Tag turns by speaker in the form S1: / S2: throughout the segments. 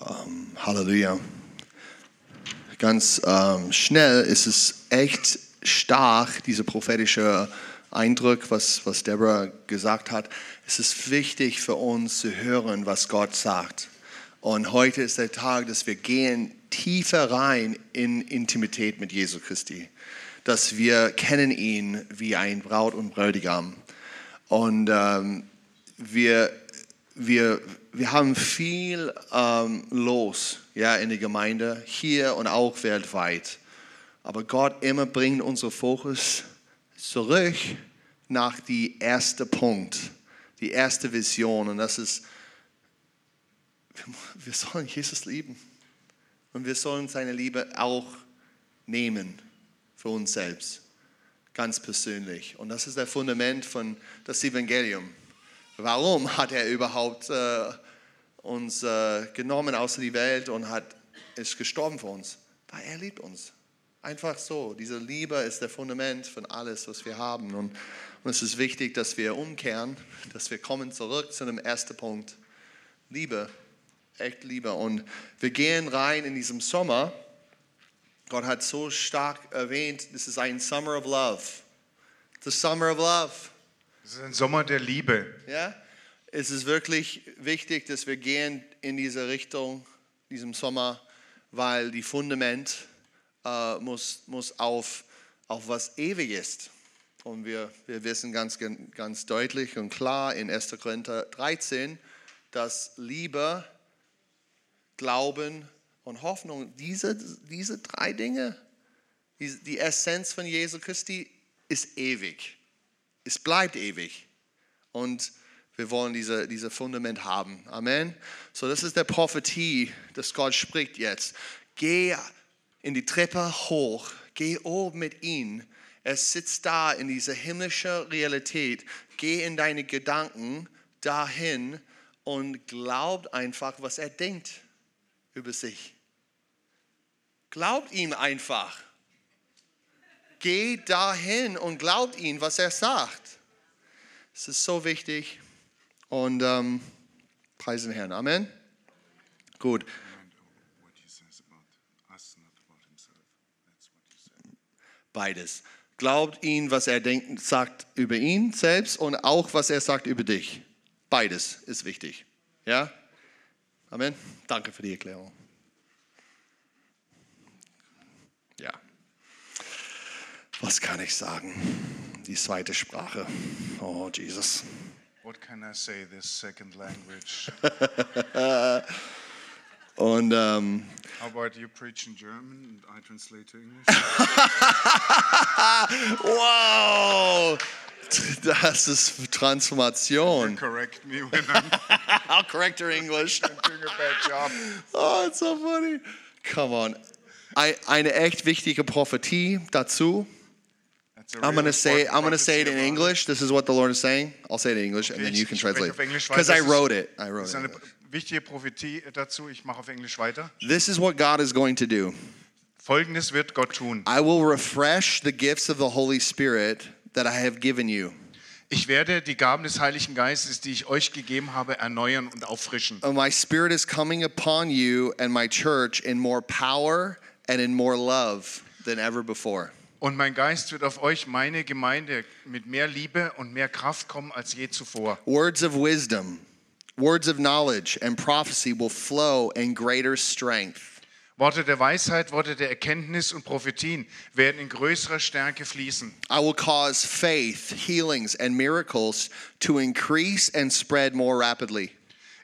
S1: Um, Halleluja. Ganz ähm, schnell ist es echt stark, dieser prophetische Eindruck, was, was Deborah gesagt hat. Es ist wichtig für uns zu hören, was Gott sagt. Und heute ist der Tag, dass wir gehen tiefer rein in Intimität mit Jesus Christi. Dass wir kennen ihn wie ein Braut und Bräutigam. Und ähm, wir, wir, wir haben viel ähm, los ja, in der Gemeinde, hier und auch weltweit. Aber Gott immer bringt unseren Fokus zurück nach die erste Punkt, die erste Vision. Und das ist, wir sollen Jesus lieben. Und wir sollen seine Liebe auch nehmen für uns selbst, ganz persönlich. Und das ist das Fundament von das Evangelium. Warum hat er überhaupt äh, uns äh, genommen aus die Welt und hat ist gestorben für uns? Weil er liebt uns. Einfach so. Diese Liebe ist der Fundament von alles, was wir haben. Und, und es ist wichtig, dass wir umkehren, dass wir kommen zurück zu dem ersten Punkt. Liebe echt Liebe. Und wir gehen rein in diesem Sommer. Gott hat so stark erwähnt, das ist ein Summer of Love. The Summer of Love.
S2: Es ist ein Sommer der Liebe.
S1: Ja? Es ist wirklich wichtig, dass wir gehen in diese Richtung, diesem Sommer, weil die Fundament äh, muss, muss auf, auf was ewig ist. Und wir, wir wissen ganz, ganz deutlich und klar in 1. Korinther 13, dass Liebe Glauben und Hoffnung. Diese, diese drei Dinge, die, die, Essenz von Jesu Christi ist ewig. Es bleibt ewig. Und wir wollen diese, diese Fundament haben. Amen. So, das ist der Prophetie, dass Gott spricht jetzt. Geh in die Treppe hoch. Geh oben mit ihm. Er sitzt da in dieser himmlischen Realität. Geh in deine Gedanken dahin und glaubt einfach, was er denkt über sich. Glaubt ihm einfach. Geht dahin und glaubt ihm, was er sagt. Es ist so wichtig. Und ähm, preisen Herrn. Amen. Gut. Beides. Glaubt ihn, was er denkt, sagt über ihn selbst und auch, was er sagt über dich. Beides ist wichtig. Ja? Amen. Danke für die Erklärung. Ja. Was kann ich sagen? Die zweite Sprache. Oh, Jesus.
S2: What can I say this second language?
S1: Und ähm,
S2: How about you preach in German and I translate to English?
S1: wow, das ist Transformation.
S2: Correct me when I'm
S1: I'll correct your English.
S2: doing a bad job.
S1: Oh, it's so funny. Come on. Ei- Eine echt wichtige Prophetie dazu.
S2: That's a
S1: I'm gonna
S2: real
S1: say
S2: important
S1: I'm gonna say it in
S2: prophecy about-
S1: English. This is what the Lord is saying. I'll say it in English, and
S2: Okay,
S1: then
S2: ich-
S1: you can
S2: ich spreche
S1: translate.
S2: auf Englisch, weil
S1: Because
S2: das
S1: I
S2: ist-
S1: wrote it. I wrote
S2: Das
S1: it.
S2: ist eine wichtige Prophetie dazu. Ich mache auf Englisch weiter.
S1: This is what God is going to do.
S2: Folgendes wird Gott tun.
S1: I will refresh the gifts of the Holy Spirit that I have given you.
S2: Ich werde die Gaben des Heiligen Geistes, die ich euch gegeben habe, erneuern und auffrischen.
S1: And Oh, my spirit is coming upon you and my church in more power and in more love than ever before.
S2: Und mein Geist wird auf euch, meine Gemeinde, mit mehr Liebe und mehr Kraft kommen als je zuvor.
S1: Words of wisdom, words of knowledge, and prophecy will flow in greater strength.
S2: Worte der Weisheit, Worte der Erkenntnis und Prophetien werden in größerer Stärke fließen.
S1: I will cause faith, healings, and miracles to increase and spread more rapidly.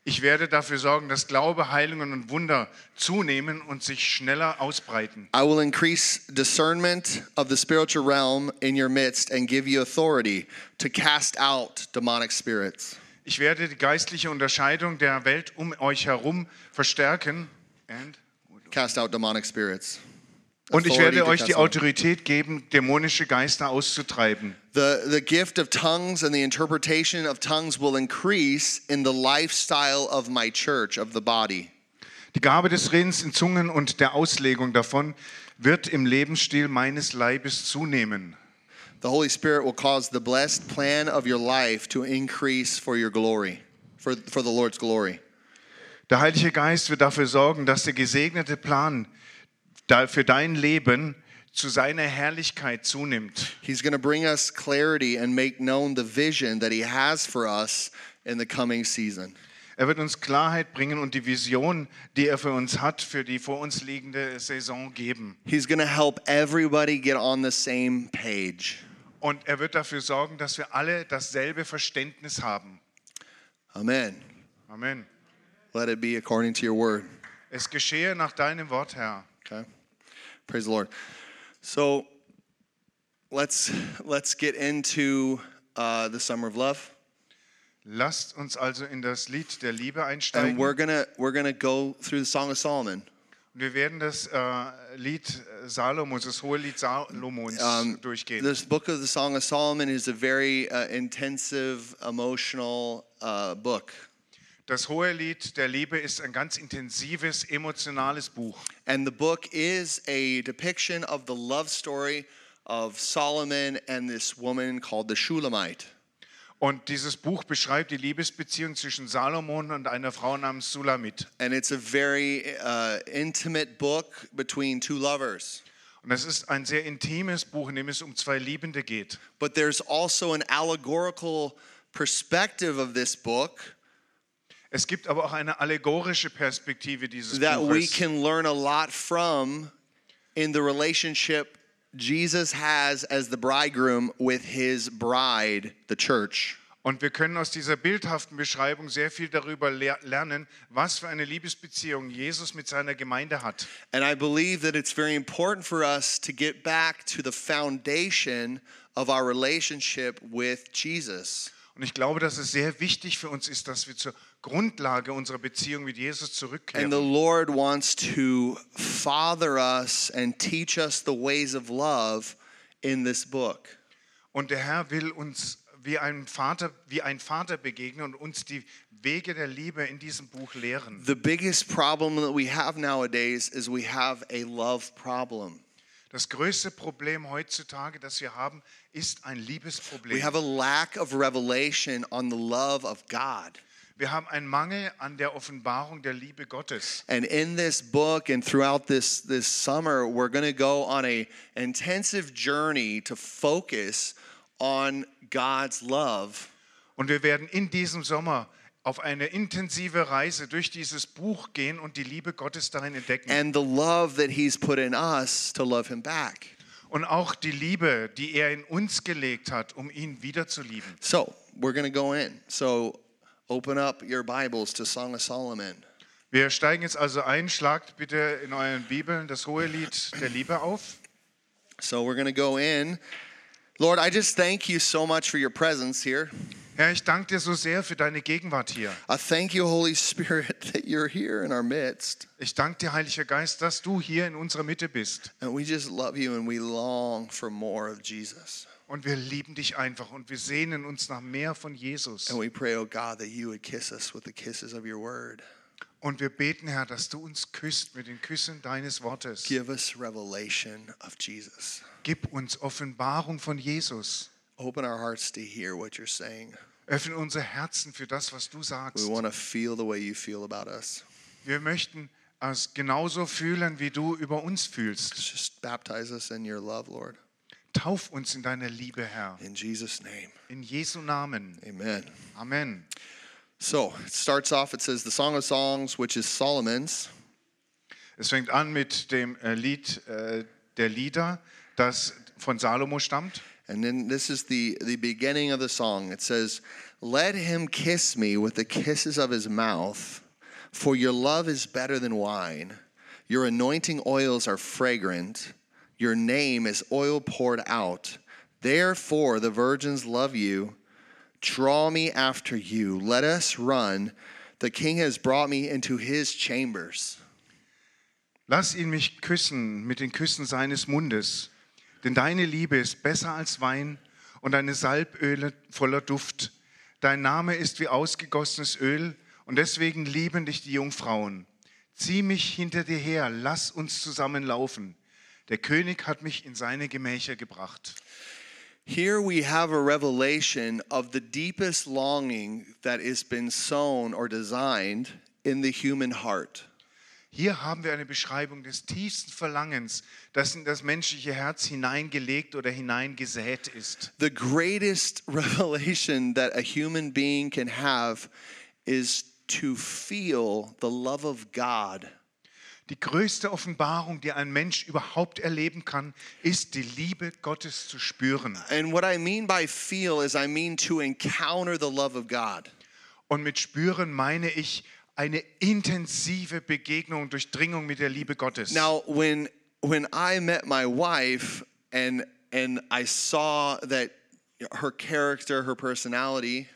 S2: Ich werde dafür sorgen, dass Glaube, Heilungen und Wunder zunehmen und sich schneller ausbreiten.
S1: I will increase discernment of the spiritual realm in your midst and give you authority to cast out demonic spirits.
S2: Ich werde die geistliche Unterscheidung der Welt um euch herum verstärken. And?
S1: Cast out demonic spirits.
S2: Und ich
S1: Authority
S2: werde
S1: to
S2: euch die
S1: cast out.
S2: Autorität geben, dämonische Geister auszutreiben.
S1: The, the gift of tongues and the interpretation of tongues will increase in the lifestyle of my church, of the body.
S2: Die Gabe des Redens in Zungen und der Auslegung davon wird im Lebensstil meines Leibes zunehmen.
S1: The Holy Spirit will cause the blessed plan of your life to increase for your glory, for, for the Lord's glory.
S2: Der Heilige Geist wird dafür sorgen, dass der gesegnete Plan da- für dein Leben zu seiner Herrlichkeit zunimmt.
S1: He's going to bring us clarity and make known the vision that He has for us in the coming season.
S2: Er wird uns Klarheit bringen und die Vision, die er für uns hat, für die vor uns liegende Saison geben.
S1: He's going to help everybody get on the same page.
S2: Und er wird dafür sorgen, dass wir alle dasselbe Verständnis haben.
S1: Amen.
S2: Amen.
S1: Let it be according to your word.
S2: Es geschehe nach deinem Wort, Herr.
S1: Okay. Praise the Lord. So let's let's get into uh, the summer of love,
S2: Lasst uns also in das Lied der Liebe
S1: and
S2: einsteigen.
S1: we're gonna we're gonna go through the Song of Solomon.
S2: Wir werden das äh, Lied Salomos, das hohe Lied Salomons
S1: Um,
S2: durchgehen.
S1: This book of the Song of Solomon is a very uh, intensive, emotional uh, book,
S2: Das hohe Lied der Liebe ist ein ganz intensives, emotionales Buch.
S1: and the book is a depiction of the love story of Solomon and this woman called the Shulamite.
S2: Und dieses Buch beschreibt die Liebesbeziehung zwischen Salomon und einer Frau namens Sulamit.
S1: And it's a very uh, intimate book between two lovers.
S2: Und es ist ein sehr intimes Buch, in dem es um zwei Liebende geht.
S1: But there's also an allegorical perspective of this book
S2: Es gibt aber auch eine allegorische Perspektive dieses
S1: that we
S2: Buches,
S1: can learn a lot from in the relationship Jesus has as the bridegroom with his bride, the church.
S2: Und wir können aus dieser bildhaften Beschreibung sehr viel darüber ler lernen, was für eine Liebesbeziehung Jesus mit seiner Gemeinde hat.
S1: And I believe that it's very important for us to get back to the foundation of our relationship with Jesus.
S2: Und ich glaube, dass es sehr wichtig für uns ist, dass wir zur Grundlage unserer Beziehung mit Jesus
S1: And
S2: zurückkehren.
S1: the Lord wants to father us and teach us the ways of love in this book.
S2: Und der Herr will uns wie ein Vater, wie ein Vater begegnen und uns die Wege der Liebe in diesem Buch lehren.
S1: The biggest problem that we have nowadays is we have a love problem.
S2: Das größte Problem heutzutage, das wir haben, ist ein Liebesproblem.
S1: We have a lack of revelation on the love of God.
S2: wir haben einen Mangel an der Offenbarung der Liebe Gottes.
S1: And in this book and throughout this, this summer, we're going to go on a intensive journey to focus on God's love.
S2: Und wir werden in diesem Sommer auf eine intensive Reise durch dieses Buch gehen und die Liebe Gottes darin entdecken.
S1: and the love that he's put in us to love him back.
S2: Und auch die Liebe, die er in uns gelegt hat, um ihn wieder zu lieben.
S1: So we're going to go in. So open up your Bibles to Song of Solomon.
S2: Wir steigen jetzt also ein. Schlagt bitte in euren Bibeln das hohe Lied der Liebe auf.
S1: So we're going to go in. Lord, I just thank you so much for your presence here.
S2: Herr, ich danke dir so sehr für deine Gegenwart hier.
S1: I thank you, Holy Spirit, that you're here in our midst.
S2: Ich danke dir, Heiliger Geist, dass du hier in unserer Mitte bist.
S1: And we just love you and we long for more of Jesus.
S2: Und wir lieben dich einfach und wir sehnen uns nach mehr von Jesus.
S1: And we pray, oh God, that you would kiss us with the kisses of your word.
S2: Und wir beten, Herr, dass du uns küsst mit den Küssen deines Wortes.
S1: Give us revelation of Jesus.
S2: Gib uns Offenbarung von Jesus.
S1: Open our hearts to hear what you're saying.
S2: Öffne unsere Herzen für das, was du
S1: We
S2: sagst.
S1: want to feel the way you feel about us.
S2: Wir möchten es genauso fühlen, wie du über uns fühlst.
S1: Just baptize us in your love, Lord.
S2: Tauf uns in deiner Liebe, Herr.
S1: In Jesus' name.
S2: In Jesu Namen.
S1: Amen.
S2: Amen.
S1: So it starts off, it says, the Song of Songs, which is Solomon's.
S2: Es fängt an mit dem äh, Lied äh, der Lieder, das von Salomo stammt.
S1: And then this is the, the beginning of the song. It says, Let him kiss me with the kisses of his mouth, for your love is better than wine. Your anointing oils are fragrant. Your name is oil poured out. Therefore, the virgins love you. Draw me after you. Let us run. The king has brought me into his chambers.
S2: Lass ihn mich küssen mit den Küssen seines Mundes, denn deine Liebe ist besser als Wein und deine Salböle voller Duft. Dein Name ist wie ausgegossenes Öl und deswegen lieben dich die Jungfrauen. Zieh mich hinter dir her, lass uns zusammenlaufen. Der König hat mich in seine Gemächer gebracht.
S1: Here we have a revelation of the deepest longing that has been sown or designed in the human heart.
S2: Hier haben wir eine Beschreibung des tiefsten Verlangens, das in das menschliche Herz hineingelegt oder hineingesät ist.
S1: The greatest revelation that a human being can have is to feel the love of God
S2: Die größte Offenbarung, die ein Mensch überhaupt erleben kann, ist die Liebe Gottes zu spüren.
S1: And what I mean by feel is I mean to encounter the love of God.
S2: Und mit spüren meine ich eine intensive Begegnung und Durchdringung mit der Liebe Gottes.
S1: Now, when when I met my wife and and I saw that her character, her personality,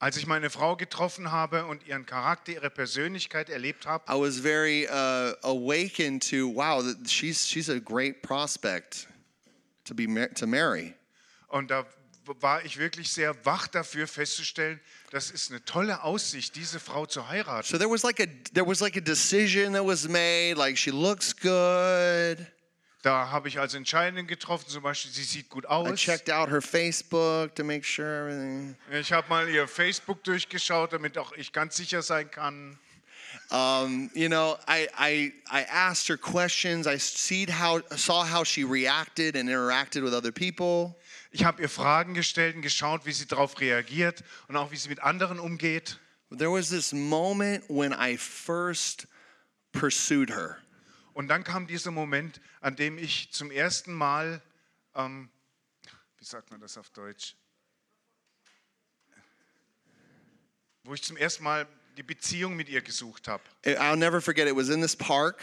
S2: Als ich meine Frau getroffen habe und ihren Charakter, ihre Persönlichkeit erlebt habe,
S1: I was very uh, awakened to wow, that she's she's a great prospect to be mar- to marry.
S2: und da war ich wirklich sehr wach dafür festzustellen, das ist eine tolle Aussicht, diese Frau zu heiraten.
S1: So there was like a there was like a decision that was made. Like she looks good.
S2: Da habe ich also Entscheidungen getroffen, zum Beispiel, sie sieht gut
S1: I
S2: aus.
S1: checked out her Facebook to make sure everything.
S2: Ich habe mal ihr Facebook durchgeschaut, damit auch ich ganz sicher sein kann.
S1: Um, you know, I, I, I asked her questions. I seed how, saw how she reacted and interacted with other people.
S2: Ich habe ihr Fragen gestellt und geschaut, wie sie darauf reagiert und auch wie sie mit anderen umgeht.
S1: There was this moment when I first pursued her.
S2: Und dann kam dieser Moment, an dem ich zum ersten Mal, ähm, wie sagt man das auf Deutsch, wo ich zum ersten Mal die Beziehung mit ihr gesucht habe.
S1: I- I'll never forget. It was in this park,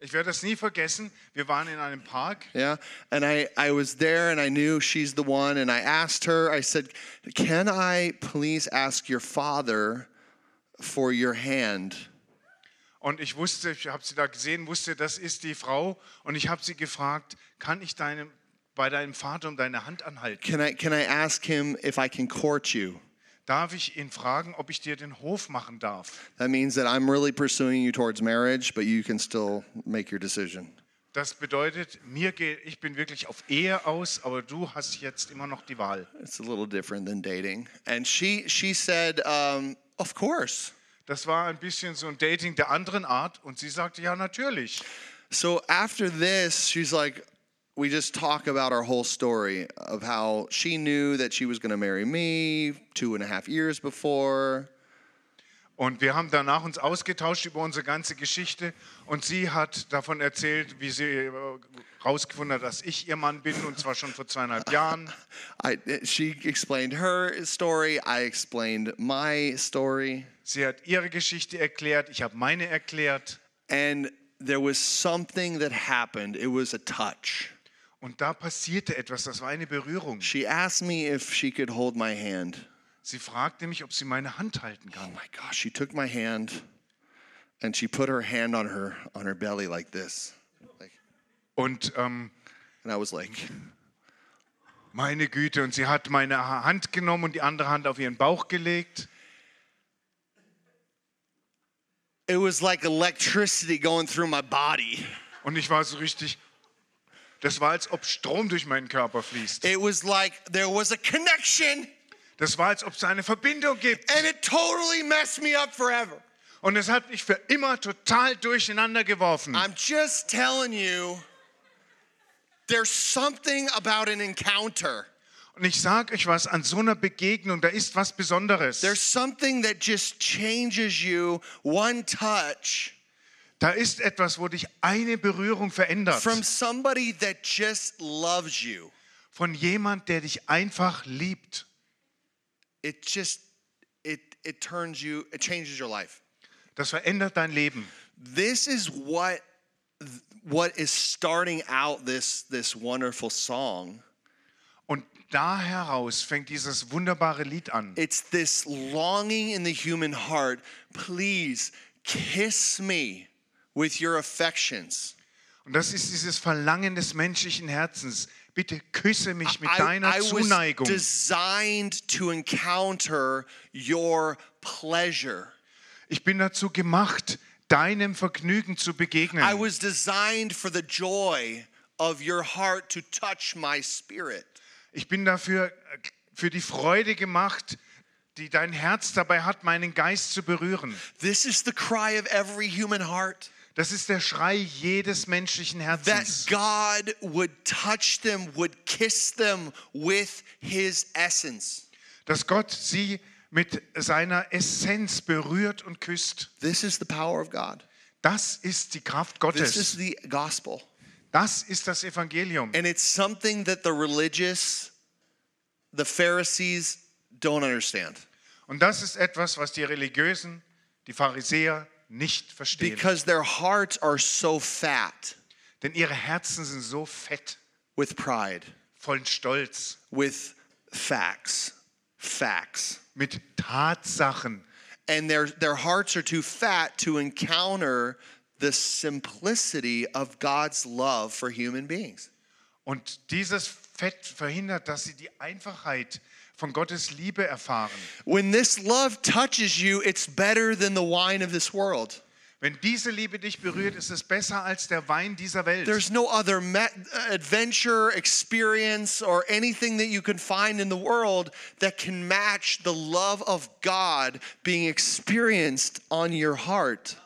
S2: Ich werde das nie vergessen. Wir waren in einem Park
S1: yeah. And I, I was there and I knew she's the one. And I asked her, I said, Can I please ask your father for your hand?
S2: und ich wusste, ich habe sie da gesehen, wusste, das ist die Frau. Und ich habe sie gefragt, kann ich deinem, bei deinem Vater um deine Hand anhalten?
S1: Can I, can I ask him if I can court you?
S2: Darf ich ihn fragen, ob ich dir den Hof machen darf?
S1: That means that I'm really pursuing you towards marriage, but you can still make your decision.
S2: Das bedeutet, mir geht, ich bin wirklich auf Ehe aus, aber du hast jetzt immer noch die Wahl.
S1: It's a little different than dating. And she she said, um, "Of course."
S2: Das war ein bisschen so ein Dating der anderen Art und sie sagte, ja, natürlich.
S1: So after this, she's like, we just talk about our whole story of how she knew that she was going to marry me two and a half years before.
S2: Und wir haben danach uns ausgetauscht über unsere ganze Geschichte und sie hat davon erzählt, wie sie äh, rausgefunden hat, dass ich ihr Mann bin und zwar schon vor zweieinhalb Jahren.
S1: I she explained her story. I explained my story.
S2: Sie hat ihre Geschichte erklärt, ich habe meine erklärt
S1: And there was something that happened. It was a touch.
S2: und da passierte etwas, das war eine Berührung.
S1: She asked me if she could hold my hand.
S2: Sie fragte mich, ob sie meine Hand halten
S1: Oh
S2: kann.
S1: my gosh, she took my hand and she put her hand on her on her belly like this. Like,
S2: Und ähm,
S1: and I was like,
S2: Meine Güte, und sie hat meine Ha- Hand genommen und die andere Hand auf ihren Bauch gelegt.
S1: it was like electricity going through my body.
S2: Und ich war so richtig, das war, als ob Strom durch meinen Körper fließt.
S1: It was like there was a connection
S2: Das war, als ob es eine Verbindung gibt.
S1: and it totally messed me up forever.
S2: Und es hat mich für immer total durcheinander geworfen.
S1: I'm just telling you, there's something about an encounter.
S2: Und ich sag euch was, an so einer Begegnung, da ist was Besonderes.
S1: There's something that just changes you one touch
S2: Da ist etwas, wo dich eine Berührung verändert.
S1: from somebody that just loves you.
S2: Von jemand, der dich einfach liebt.
S1: it just it it turns you it changes your life
S2: Das verändert dein Leben.
S1: this is what what is starting out this this wonderful song
S2: Und da heraus fängt dieses wunderbare Lied an.
S1: it's this longing in the human heart please kiss me with your affections
S2: Und das ist dieses Verlangen des menschlichen Herzens. Bitte küsse mich mit deiner
S1: I, I was
S2: Zuneigung.
S1: designed to encounter your pleasure
S2: Ich bin dazu gemacht, deinem Vergnügen zu
S1: i
S2: begegnen.
S1: was designed for the joy of your heart to touch my spirit
S2: Ich bin dafür äh, für die Freude gemacht, die dein Herz dabei hat, meinen Geist zu berühren.
S1: This is the cry of every human heart
S2: Das ist der Schrei jedes menschlichen
S1: that
S2: Herzens,
S1: God would touch them, would kiss them with his essence.
S2: dass Gott sie mit seiner Essenz berührt und küsst.
S1: This is the power of God.
S2: Das ist die Kraft
S1: This is
S2: Gottes.
S1: the gospel.
S2: Das ist das Evangelium.
S1: And it's something that the religious, the Pharisees, don't understand.
S2: Und das ist etwas, was die Religiösen, die Pharisäer nicht verstehen.
S1: Because their hearts are so fat
S2: Denn ihre Herzen sind so fett,
S1: with pride,
S2: voll Stolz,
S1: with facts, facts.
S2: mit Tatsachen.
S1: And their, their hearts are too fat to encounter the simplicity of God's love for human beings.
S2: Und dieses Fett verhindert, dass sie die Einfachheit von Gottes Liebe erfahren.
S1: When this love touches you, it's better than the wine of this world.
S2: Wenn diese Liebe dich berührt, ist es besser als der Wein dieser Welt.
S1: There's no other me- adventure, experience, or anything that you can find in the world that can match the love of God being experienced on your heart.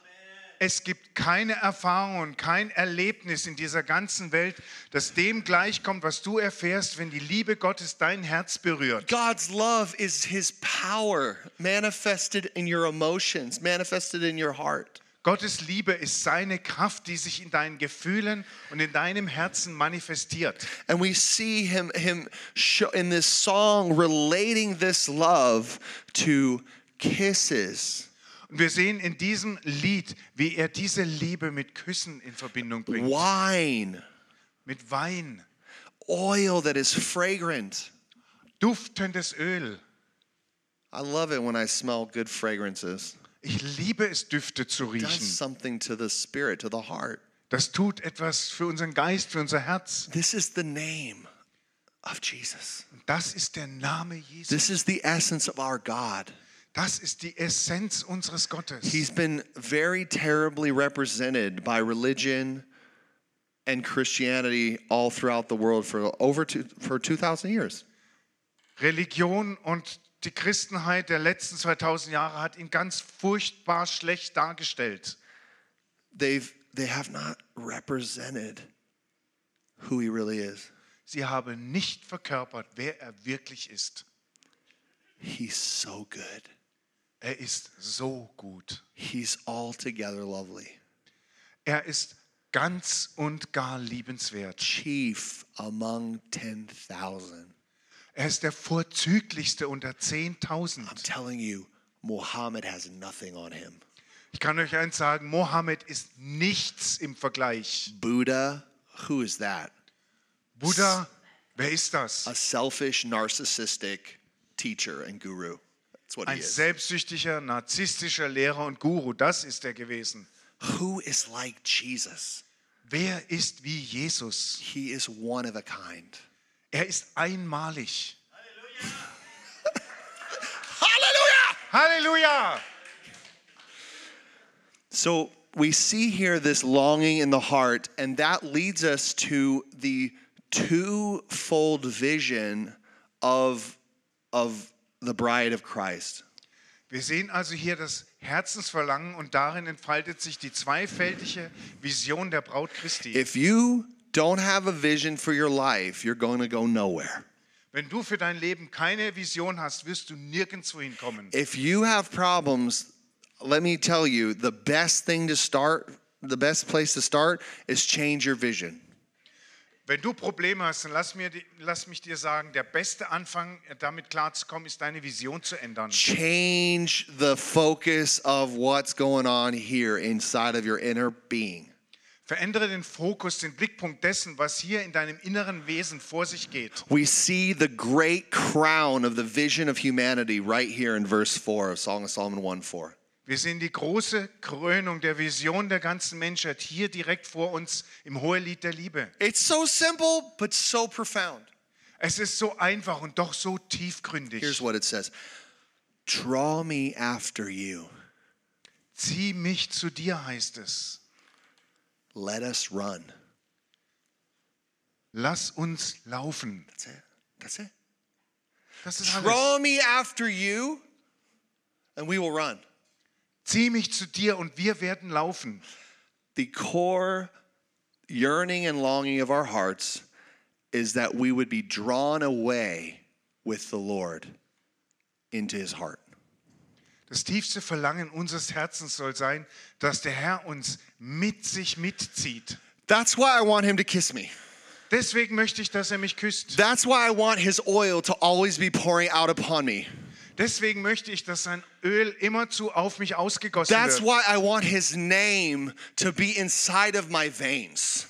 S2: Es gibt keine Erfahrung, kein Erlebnis in dieser ganzen Welt, das dem gleichkommt, was du erfährst, wenn die Liebe Gottes dein Herz berührt.
S1: God's love is his power manifested in your emotions, manifested in your heart.
S2: Gottes Liebe ist seine Kraft, die sich in deinen Gefühlen und in deinem Herzen manifestiert.
S1: And we see him, him show, in this song relating this love to kisses.
S2: Und wir sehen in diesem Lied, wie er diese Liebe mit Küssen in Verbindung bringt,
S1: Wine,
S2: mit Wein,
S1: oil that is fragrant.
S2: duftendes Öl.
S1: I love it when I smell good fragrances.
S2: Ich liebe es, Düfte zu
S1: Does
S2: riechen.
S1: something to the spirit, to the heart.
S2: Das tut etwas für unseren Geist, für unser Herz.
S1: This is the name of Jesus.
S2: Und das ist der Name Jesus.
S1: This is the essence of our God.
S2: Das ist die Essenz unseres Gottes.
S1: He's been very terribly represented by religion and Christianity all throughout the world for over two, for 2000 years.
S2: Religion und die Christenheit der letzten 2000 Jahre hat ihn ganz furchtbar schlecht dargestellt.
S1: They've they have not represented who he really is.
S2: Sie haben nicht verkörpert, wer er wirklich ist.
S1: He's so good.
S2: Er ist so gut.
S1: He's altogether lovely.
S2: Er ist ganz und gar liebenswert.
S1: chief among 10,000.
S2: Er ist der vorzüglichste unter
S1: I'm
S2: 10.000.
S1: telling you, Muhammad has nothing on him.
S2: Ich kann euch eins sagen, Mohammed ist nichts im Vergleich.
S1: Buddha, who is that?
S2: Buddha, wer ist das?
S1: A selfish, narcissistic teacher and guru. That's what he
S2: Ein
S1: is.
S2: selbstsüchtiger, narzisstischer Lehrer und Guru, das ist er gewesen.
S1: Who is like Jesus?
S2: Wer ist wie Jesus?
S1: He is one of a kind.
S2: Er ist einmalig.
S1: Hallelujah!
S2: Halleluja!
S1: So we see here this longing in the heart, and that leads us to the twofold vision of, of the bride of Christ.
S2: Wir sehen also hier das Herzensverlangen und darin entfaltet sich die zweifältige Vision der Braut Christi.
S1: If you don't have a vision for your life, you're going to go nowhere.
S2: Wenn du für dein Leben keine Vision hast, wirst du nirgendwo hinkommen.
S1: If you have problems, let me tell you, the best thing to start, the best place to start is change your vision.
S2: Wenn du Probleme hast, dann lass, mir, die- lass mich dir sagen, der beste Anfang, äh, damit klarzukommen, ist deine Vision zu ändern.
S1: Change the focus of what's going on here inside of your inner being.
S2: Verändere den Fokus, den Blickpunkt dessen, was hier in deinem inneren Wesen vor sich geht.
S1: We see the great crown of the vision of humanity right here in verse 4 of Song of Solomon 1 4.
S2: Wir sehen die große Krönung der Vision der ganzen Menschheit hier direkt vor uns im Hohelied der Liebe.
S1: It's so simple, but so profound.
S2: Es ist so einfach und doch so
S1: Here's
S2: tiefgründig.
S1: what it says Draw me after you.
S2: Zieh mich zu dir, heißt es.
S1: Let us run.
S2: Lass uns laufen.
S1: That's it. That's it.
S2: Das ist alles.
S1: Draw me after you and we will run.
S2: Zieh mich zu dir und wir werden laufen.
S1: The core yearning and longing of our hearts is that we would be drawn away with the Lord into his heart.
S2: Das tiefste Verlangen unseres Herzens soll sein, dass der Herr uns mit sich mitzieht.
S1: That's why I want him to kiss me.
S2: Deswegen möchte ich, dass er mich küsst.
S1: That's why I want his oil to always be pouring out upon me.
S2: Deswegen möchte ich, dass sein Öl immerzu auf mich ausgegossen
S1: That's
S2: wird.
S1: why I want his name to be inside of my veins.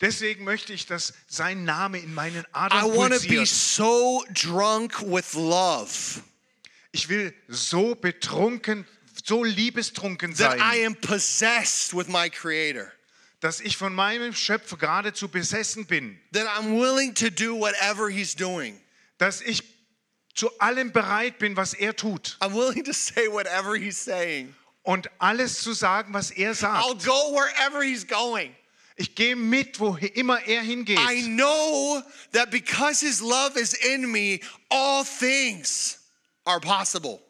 S2: Deswegen möchte ich, dass sein Name in meinen
S1: I
S2: Adern
S1: want to be
S2: pulsiert.
S1: so drunk with love
S2: Ich will so betrunken, so liebestrunken
S1: that I
S2: sein,
S1: am possessed with my creator,
S2: dass ich von meinem Schöpfer geradezu besessen bin,
S1: that I'm willing to do whatever he's doing.
S2: dass ich zu allem bereit bin, was er tut
S1: I'm willing to say whatever he's saying.
S2: und alles zu sagen, was er
S1: I'll
S2: sagt.
S1: go wherever he's going.
S2: Ich gehe mit, wo immer er
S1: I
S2: hingeht.
S1: know that because his love is in me, all things are possible.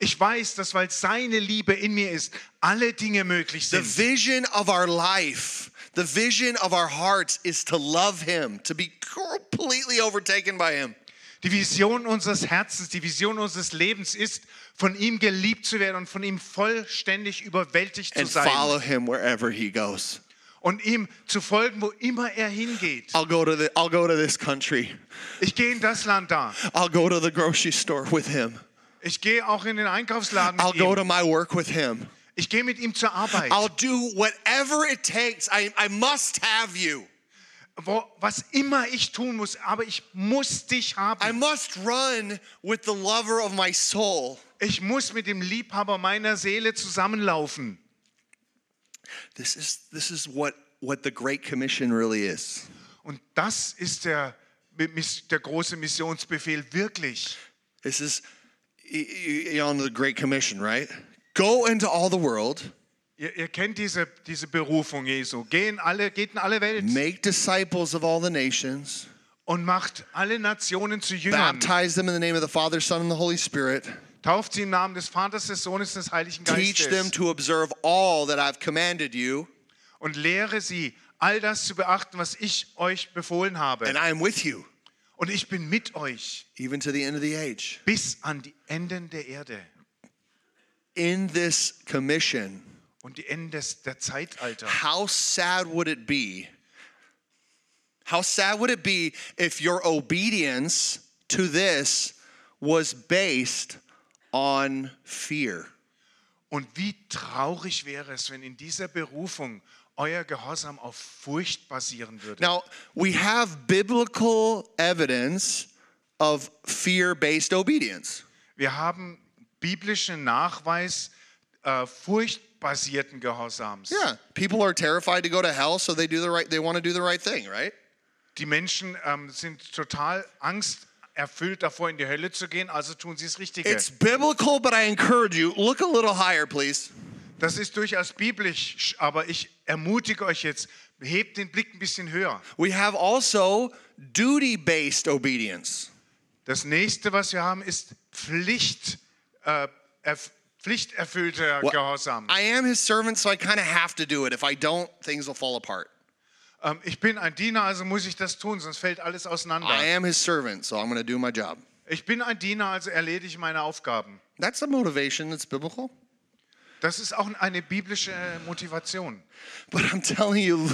S2: Ich weiß, dass weil seine Liebe in mir ist, alle Dinge möglich
S1: The
S2: sind.
S1: vision of our life, the vision of our hearts is to love him, to be completely overtaken by him.
S2: Die Vision unseres Herzens, die Vision unseres Lebens ist, von ihm geliebt zu werden und von ihm vollständig überwältigt zu
S1: and
S2: sein
S1: follow him wherever he goes.
S2: und ihm zu folgen, wo immer er hingeht.
S1: I'll go to the I'll go to this country.
S2: Ich gehe in das Land da.
S1: I'll go to the grocery store with him.
S2: Ich gehe auch in den Einkaufsladen
S1: I'll
S2: mit
S1: go
S2: ihm.
S1: to my work with him.
S2: Ich gehe mit ihm zur Arbeit.
S1: I'll do whatever it takes. I, I must have you.
S2: Wo, was immer ich tun muss, aber ich muss dich
S1: I
S2: haben.
S1: must run with the lover of my soul.
S2: Ich muss mit dem Liebhaber meiner Seele zusammenlaufen.
S1: This is this is what what the Great Commission really is.
S2: Und das ist der, Miss- der große Missionsbefehl wirklich.
S1: This is y- y- y- on the Great Commission, right? Go into all the world,
S2: Ihr, ihr kennt diese, diese Berufung Jesu. Gehen alle, geht in alle Welt
S1: make disciples of all the nations,
S2: und macht alle Nationen zu Jüngern.
S1: baptize them in the name of the Father, Son, and the Holy Spirit.
S2: Tauft sie im Namen des Vaters, des Sohnes, des Heiligen
S1: Teach them
S2: Geistes.
S1: to observe all that I've commanded you,
S2: Und lehre sie, all das zu beachten, was ich euch befohlen habe.
S1: and I am with you,
S2: Und ich bin mit euch
S1: even to the end of the age.
S2: bis an die Enden der Erde
S1: In this commission,
S2: und die Enden des, der Zeitalter.
S1: how sad would it be? How sad would it be if your obedience to this was based on fear?
S2: Und wie traurig wäre es, wenn in dieser Berufung euer Gehorsam auf Furcht basieren würde.
S1: Now, we have biblical evidence of fear based obedience.
S2: Wir haben biblischen Nachweis äh, furchtbasierten Gehorsams.
S1: Yeah, people are terrified to go to hell, so they do the right they want to do the right thing, right?
S2: Die Menschen ähm, sind total angsterfüllt davor, in die Hölle zu gehen, also tun sie das Richtige.
S1: It's biblical, but I encourage you, look a little higher, please.
S2: das ist durchaus biblisch, aber ich ermutige euch jetzt, hebt den Blick ein bisschen höher.
S1: We have also duty based obedience.
S2: Das nächste, was wir haben, ist Pflicht, äh, erf pflichterfüllter Gehorsam.
S1: I am his servant, so I kind of have to do it. If I don't, things will fall apart.
S2: Ähm, ich bin ein Diener, also muss ich das tun, sonst fällt alles
S1: I
S2: auseinander.
S1: am his servant, so I'm going to do my job.
S2: Ich bin ein Diener, also erledige ich meine Aufgaben.
S1: That's a motivation that's biblical.
S2: Das ist auch eine biblische äh, Motivation.
S1: But I'm telling you,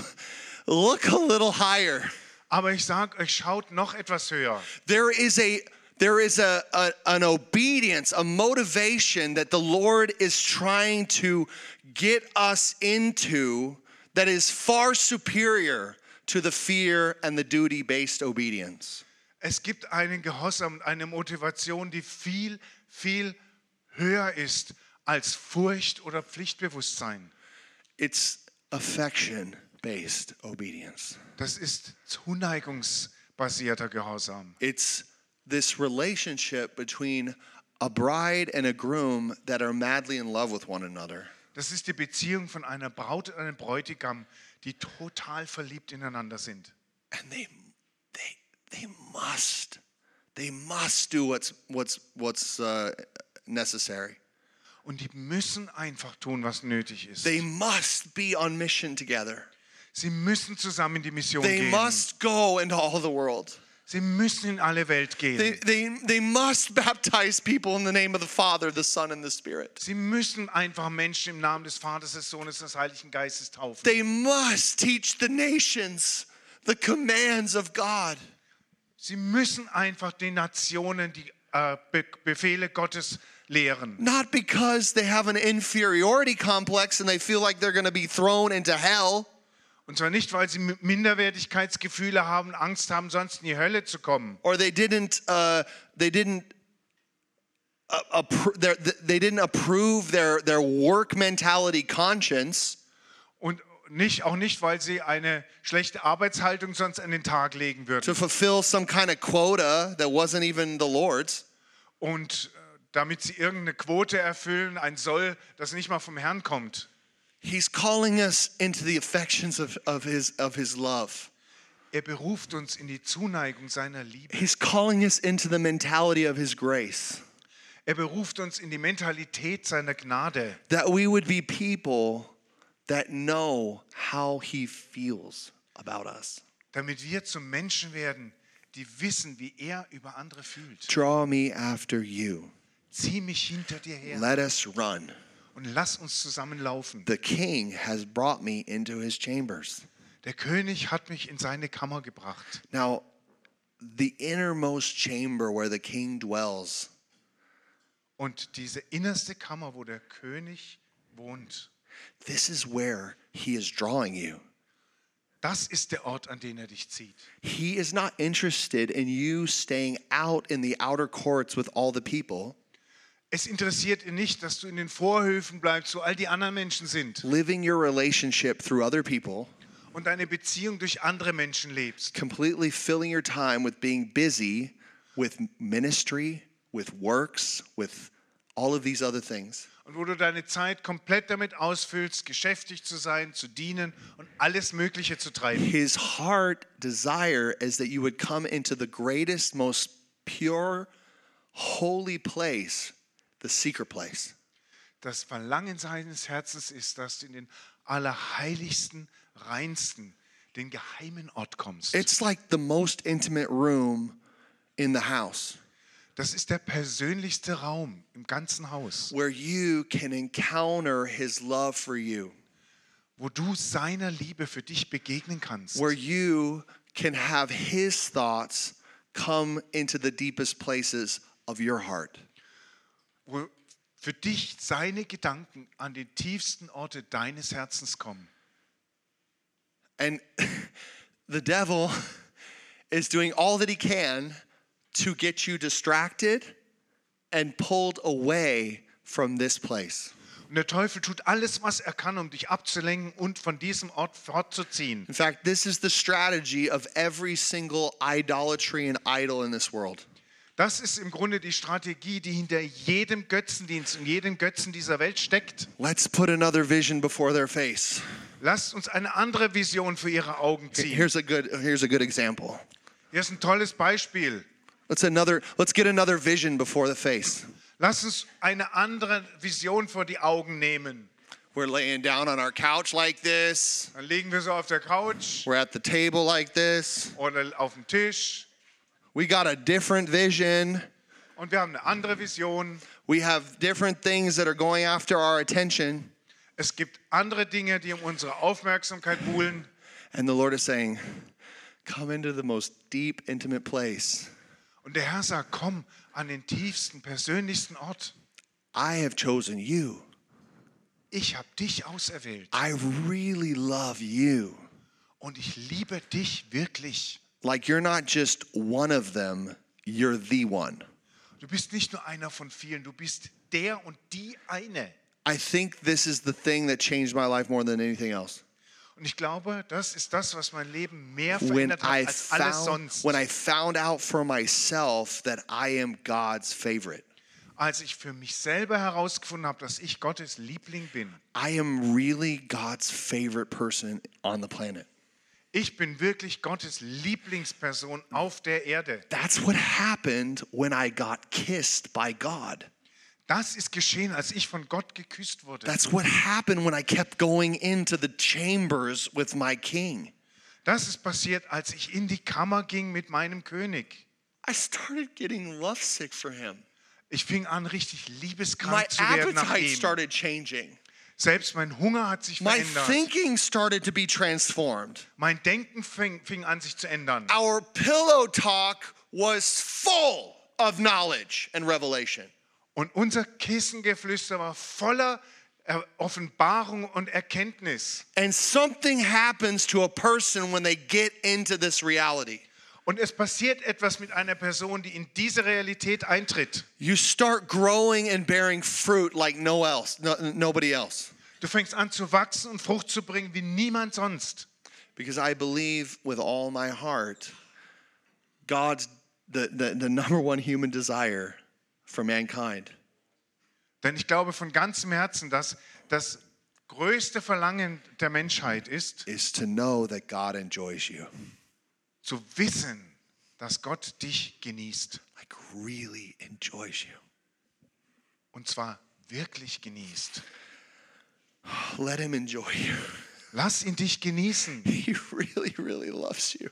S1: look a little higher.
S2: Aber ich sage euch, schaut noch etwas höher.
S1: There is a there is a, a an obedience, a motivation that the Lord is trying to get us into that is far superior to the fear and the duty-based obedience.
S2: Es gibt einen Gehorsam und eine Motivation, die viel, viel höher ist als Furcht oder Pflichtbewusstsein.
S1: It's affection-based obedience.
S2: Das ist zuneigungsbasierter Gehorsam.
S1: It's this relationship between a bride and a groom that are madly in love with one another.
S2: Das ist die Beziehung von einer Braut und einem Bräutigam, die total verliebt ineinander sind.
S1: and they they they must they must do what's what's what's uh, necessary
S2: Und die müssen einfach tun, was nötig ist.
S1: They must be on mission together.
S2: Sie müssen zusammen in die Mission
S1: They
S2: gehen.
S1: must go into all the world.
S2: Sie müssen in alle Welt gehen.
S1: They, they, they must baptize people in the name of the Father, the Son, and the Spirit.
S2: Sie müssen einfach Menschen im Namen des Vaters, des Sohnes, des Heiligen Geistes taufen.
S1: They must teach the nations the commands of God.
S2: Sie müssen einfach den Nationen die äh, Be Befehle Gottes lehren.
S1: Not because they have an inferiority complex and they feel like they're going to be thrown into hell.
S2: Und zwar nicht, weil sie M- Minderwertigkeitsgefühle haben, Angst haben, sonst in die Hölle zu kommen.
S1: or they didn't uh, they didn't uh, appro- their, they didn't approve their their work mentality conscience
S2: Und nicht, auch nicht, weil sie eine schlechte Arbeitshaltung sonst an den Tag legen würden.
S1: to fulfill some kind of quota that wasn't even the Lord's.
S2: Und äh, damit sie irgendeine Quote erfüllen, ein Soll, das nicht mal vom Herrn kommt.
S1: He's calling us into the affections of, of his of his love.
S2: Er beruft uns in die Zuneigung seiner Liebe.
S1: He's calling us into the mentality of his grace
S2: Er beruft uns in die Mentalität seiner Gnade.
S1: that we would be people that know how he feels about us.
S2: damit wir zu Menschen werden, die wissen, wie er über andere fühlt.
S1: Draw me after you.
S2: Zieh mich hinter dir her
S1: Let us run.
S2: und lass uns zusammenlaufen.
S1: The king has brought me into his chambers.
S2: Der König hat mich in seine Kammer gebracht.
S1: Now, the innermost chamber where the king dwells
S2: Und diese innerste Kammer, wo der König wohnt,
S1: this is where he is drawing you.
S2: das ist der Ort, an den er dich zieht.
S1: He is not interested in you staying out in the outer courts with all the people,
S2: Es interessiert ihn nicht, dass du in den Vorhöfen bleibst, wo all die anderen Menschen sind
S1: living your relationship through other people,
S2: und deine Beziehung durch andere Menschen lebst.
S1: completely filling your time with being busy with ministry, with works, with all of these other things.
S2: und wo du deine Zeit komplett damit ausfüllst, geschäftig zu sein, zu dienen und alles Mögliche zu treiben.
S1: His heart desire is that you would come into the greatest, most pure, holy place, the secret place.
S2: Das Verlangen seines Herzens ist, dass du in den allerheiligsten, reinsten, den geheimen Ort kommst.
S1: It's like the most intimate room in the house
S2: Das ist der persönlichste Raum im ganzen Haus,
S1: where you can encounter his love for you,
S2: wo du seiner Liebe für dich begegnen kannst,
S1: where you can have his thoughts come into the deepest places of your heart.
S2: wo für dich seine Gedanken an den tiefsten Orte deines Herzens kommen.
S1: And the devil is doing all that he can to get you distracted and pulled away from this place.
S2: Und der Teufel tut alles, was er kann, um dich abzulenken und von diesem Ort fortzuziehen.
S1: In fact, this is the strategy of every single idolatry and idol in this world.
S2: Das ist im Grunde die Strategie, die hinter jedem Götzendienst und jedem Götzen dieser Welt steckt.
S1: Let's put another vision before their face.
S2: Lasst uns eine andere Vision für ihre Augen ziehen.
S1: Here's a good here's a good example.
S2: Hier ist ein tolles Beispiel.
S1: Let's another let's get another vision before the face.
S2: Lasst uns eine andere Vision vor die Augen nehmen.
S1: We're laying down on our couch like this.
S2: Dann liegen wir so auf der Couch
S1: We're at the table like this.
S2: oder auf dem Tisch
S1: We got a different vision.
S2: und wir haben eine andere Vision.
S1: We have different things that are going after our attention.
S2: Es gibt andere Dinge, die um unsere Aufmerksamkeit buhlen.
S1: And the Lord is saying, Come into the most deep, intimate place.
S2: Und der Herr sagt, komm an den tiefsten, persönlichsten Ort.
S1: I have chosen you.
S2: Ich habe dich auserwählt
S1: I really love you.
S2: und ich liebe dich wirklich.
S1: Like you're not just one of them, you're the one.
S2: Du bist nicht nur einer von vielen, du bist der und die eine.
S1: I think this is the thing that changed my life more than anything else.
S2: Und ich glaube, das ist das, was mein Leben mehr
S1: When
S2: verändert
S1: I
S2: hat als alles
S1: found,
S2: sonst.
S1: when I found out for myself that I am God's favorite,
S2: Als ich für mich selber herausgefunden habe, dass ich Gottes Liebling bin.
S1: I am really God's favorite person on the planet.
S2: Ich bin wirklich Gottes Lieblingsperson auf der Erde.
S1: That's what happened when I got kissed by God.
S2: Das ist geschehen, als ich von Gott geküsst wurde.
S1: That's what happened when I kept going into the chambers with my king.
S2: Das ist passiert, als ich in die Kammer ging mit meinem König.
S1: I started getting lovesick for him.
S2: Ich fing an, richtig liebeskrank
S1: My
S2: zu werden nach
S1: appetite
S2: ihm.
S1: started changing.
S2: Selbst mein Hunger hat sich
S1: My
S2: verändert.
S1: thinking started to be transformed.
S2: mein Denken fing, fing an, sich zu ändern.
S1: Our pillow talk was full of knowledge and revelation.
S2: Und unser Kissengeflüster war voller äh, Offenbarung und Erkenntnis.
S1: And something happens to a person when they get into this reality.
S2: Und es passiert etwas mit einer Person, die in diese Realität eintritt.
S1: You start growing and bearing fruit like no else, no, nobody else.
S2: Du fängst an zu wachsen und Frucht zu bringen wie niemand sonst.
S1: Because I believe with all my heart, God's the, the, the number one human desire for mankind
S2: Denn ich glaube von ganzem Herzen, dass das größte Verlangen der Menschheit ist,
S1: is to know that God enjoys you.
S2: zu wissen, dass Gott dich genießt.
S1: Like, really enjoys you.
S2: Und zwar wirklich genießt.
S1: Let Him enjoy you.
S2: Lass ihn dich genießen.
S1: He really, really loves you.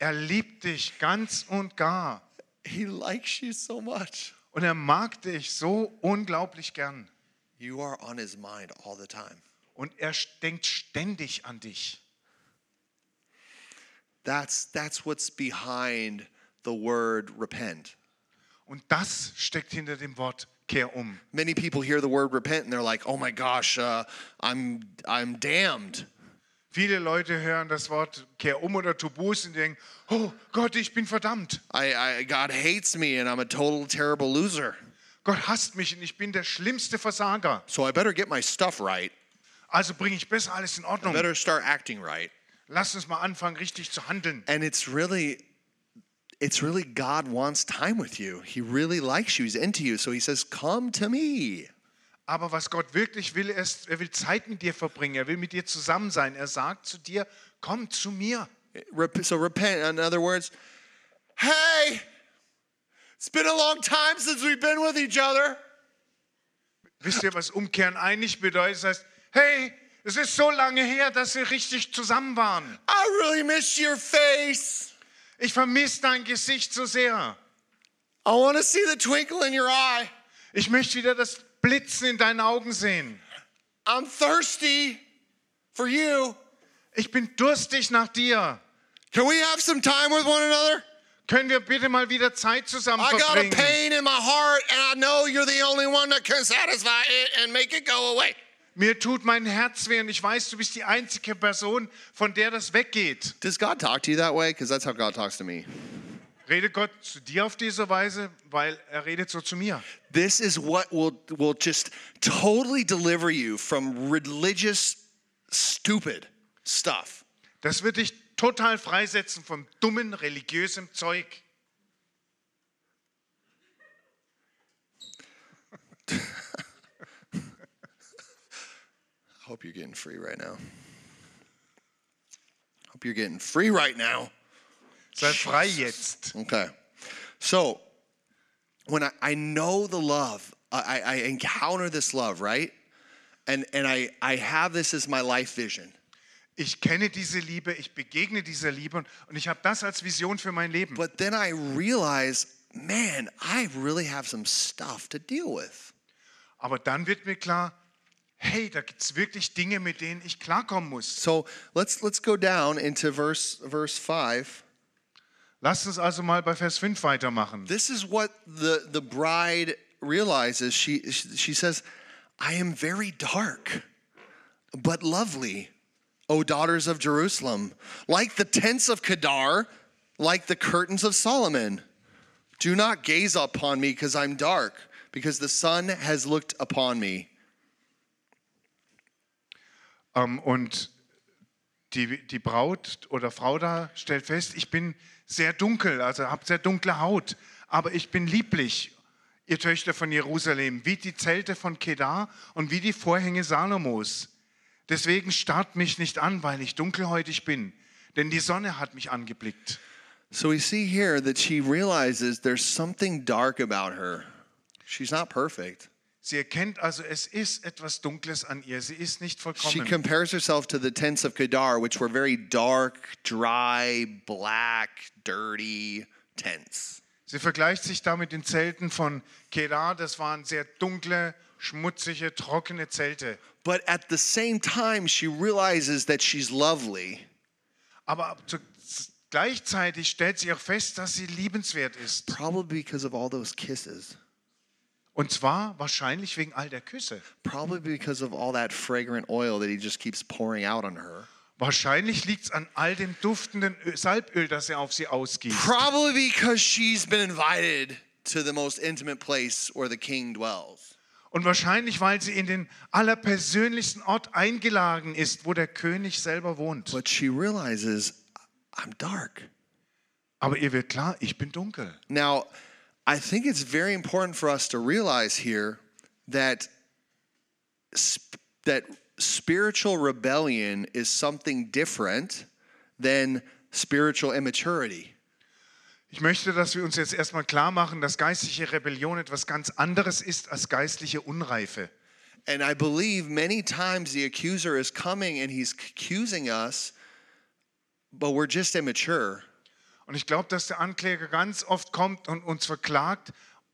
S2: Er liebt dich ganz und gar.
S1: He likes you so much.
S2: Und er mag dich so unglaublich gern.
S1: You are on His mind all the time.
S2: Und er denkt ständig an dich.
S1: That's, that's what's behind the word repent.
S2: Und das steckt hinter dem Wort Kehr um.
S1: Many people hear the word repent and they're like, oh my gosh, uh, I'm, I'm damned.
S2: Viele Leute hören das Wort Kehr um oder Tubus und denken, oh Gott, ich bin verdammt.
S1: I, I, God hates me and I'm a total terrible loser.
S2: Gott hasst mich und ich bin der schlimmste Versager.
S1: So I better get my stuff right.
S2: Also bringe ich besser alles in
S1: I
S2: Ordnung.
S1: better start acting right.
S2: Lass uns mal anfangen, richtig zu handeln.
S1: And it's really, it's really God wants time with you. He really likes you. He's into you. So he says, come to me.
S2: Aber was Gott wirklich will, ist, er will Zeit mit dir verbringen. Er will mit dir zusammen sein. Er sagt zu dir, komm zu mir.
S1: Rep- So repent. In other words, hey, it's been a long time since we've been with each other.
S2: Wisst ihr, was Umkehren eigentlich bedeutet? Das heißt, hey, es ist so lange her, dass wir richtig zusammen waren.
S1: I really miss your face.
S2: Ich vermisse dein Gesicht so sehr.
S1: I want to see the twinkle in your eye.
S2: Ich möchte wieder das Blitzen in deinen Augen sehen.
S1: I'm thirsty for you.
S2: Ich bin durstig nach dir.
S1: Can we have some time with one another?
S2: Können wir bitte mal wieder Zeit zusammen
S1: I got a
S2: verbringen?
S1: pain in my heart, and I know you're the only one that can satisfy it and make it go away.
S2: Mir tut mein Herz weh und ich weiß, du bist die einzige Person, von der das weggeht.
S1: Does God talk to you that way? Because that's how God talks to me.
S2: Redet Gott zu dir auf diese Weise, weil er redet so zu mir.
S1: This is what will, will just totally deliver you from religious, stupid stuff.
S2: Das wird dich total freisetzen von dummen religiösem Zeug.
S1: I hope you're getting free right now. Hope you're getting free right now.
S2: Sei frei jetzt.
S1: Okay. So when I, I know the love, I, I I encounter this love, right? And and I, I have this as my life vision.
S2: Ich kenne diese Liebe, ich begegne dieser Liebe und- und ich habe das als Vision für mein Leben.
S1: But then I realize, man, I really have some stuff to deal with.
S2: Aber dann wird mir klar, hey, da gibt es wirklich Dinge, mit denen ich klarkommen muss.
S1: So let's let's go down into verse verse five.
S2: Lasst uns also mal bei Vers 5 weitermachen.
S1: This is what the the bride realizes. She she says, "I am very dark, but lovely, O daughters of Jerusalem, like the tents of Kedar, like the curtains of Solomon. Do not gaze upon me because I'm dark, because the sun has looked upon me."
S2: Ähm, und die, die Braut oder Frau da stellt fest, ich bin sehr dunkel, also habe sehr dunkle Haut, aber ich bin lieblich, ihr Töchter von Jerusalem, wie die Zelte von Kedar und wie die Vorhänge Salomos. Deswegen starrt mich nicht an, weil ich dunkelhäutig bin, denn die Sonne hat mich angeblickt.
S1: So we see here that she realizes there's something dark about her. She's not perfect.
S2: Sie erkennt also, es ist etwas Dunkles an ihr. Sie ist nicht
S1: She
S2: vollkommen.
S1: compares herself to the tents of Kedar, which were very dark, dry, black, dirty tents.
S2: Sie vergleicht sich da mit den Zelten von Kedar. Das waren sehr dunkle, schmutzige, trockene Zelte.
S1: But at the same time, she realizes that she's lovely
S2: Aber ab- zu, gleichzeitig stellt sie auch fest, dass sie liebenswert ist.
S1: Probably because of all those kisses.
S2: Und zwar wahrscheinlich wegen all der Küsse.
S1: Probably because of all that fragrant oil that he just keeps pouring out on her.
S2: Wahrscheinlich liegt es an all dem duftenden Ö- Salböl, das er auf sie ausgießt.
S1: Probably because she's been invited to the most intimate place where the king dwells.
S2: Und wahrscheinlich, weil sie in den allerpersönlichsten Ort eingeladen ist, wo der König selber wohnt.
S1: But she realizes, I'm dark.
S2: Aber ihr wird klar, ich bin dunkel.
S1: Now, I think it's very important for us to realize here that sp- that spiritual rebellion is something different than spiritual immaturity.
S2: Ich möchte, dass wir uns jetzt erstmal klar machen, dass geistliche Rebellion etwas ganz anderes ist als geistliche Unreife.
S1: And I believe many times the accuser is coming and he's accusing us, but we're just immature.
S2: Und ich glaube, dass der Ankläger ganz oft kommt und uns verklagt.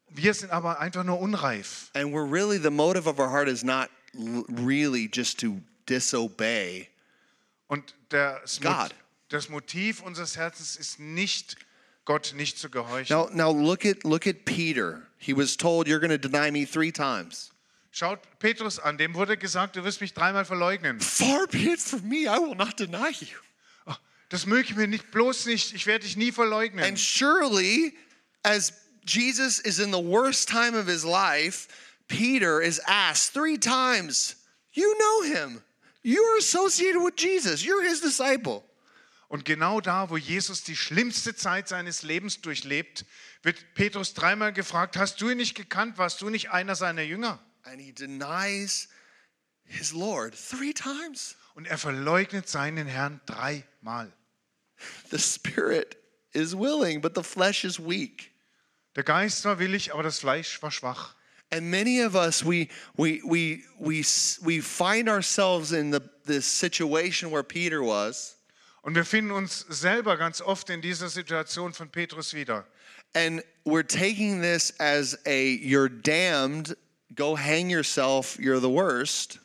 S2: Wir sind aber einfach nur unreif.
S1: And we're really, the motive of our heart is not l- really just to disobey.
S2: Und das, Mo-
S1: God.
S2: das Motiv unseres Herzens ist nicht, Gott nicht zu gehorchen.
S1: Now, now look at look at Peter. He was told, "You're going to deny me three times."
S2: Schaut Petrus an, dem wurde gesagt, du wirst mich dreimal verleugnen.
S1: Far be it from me; I will not deny you.
S2: Oh, Das möge mir nicht, bloß nicht, ich werde dich nie verleugnen.
S1: And surely, as Jesus is in the worst time of his life, Peter is asked three times, You know him. You are associated with Jesus. You're his disciple.
S2: Und genau da, wo Jesus die schlimmste Zeit seines Lebens durchlebt, wird Petrus dreimal gefragt, hast du ihn nicht gekannt, warst du nicht einer seiner Jünger?
S1: And he denies his Lord three times.
S2: Und er verleugnet seinen Herrn dreimal.
S1: The spirit is willing, but the flesh is weak.
S2: Der Geist war willig, aber das Fleisch war schwach.
S1: And many of us, we, we, we, we, s- we find ourselves in the, this situation where Peter was.
S2: Und wir finden uns selber ganz oft in dieser Situation von Petrus wieder.
S1: And we're taking this as a you're damned, go hang yourself, you're the worst.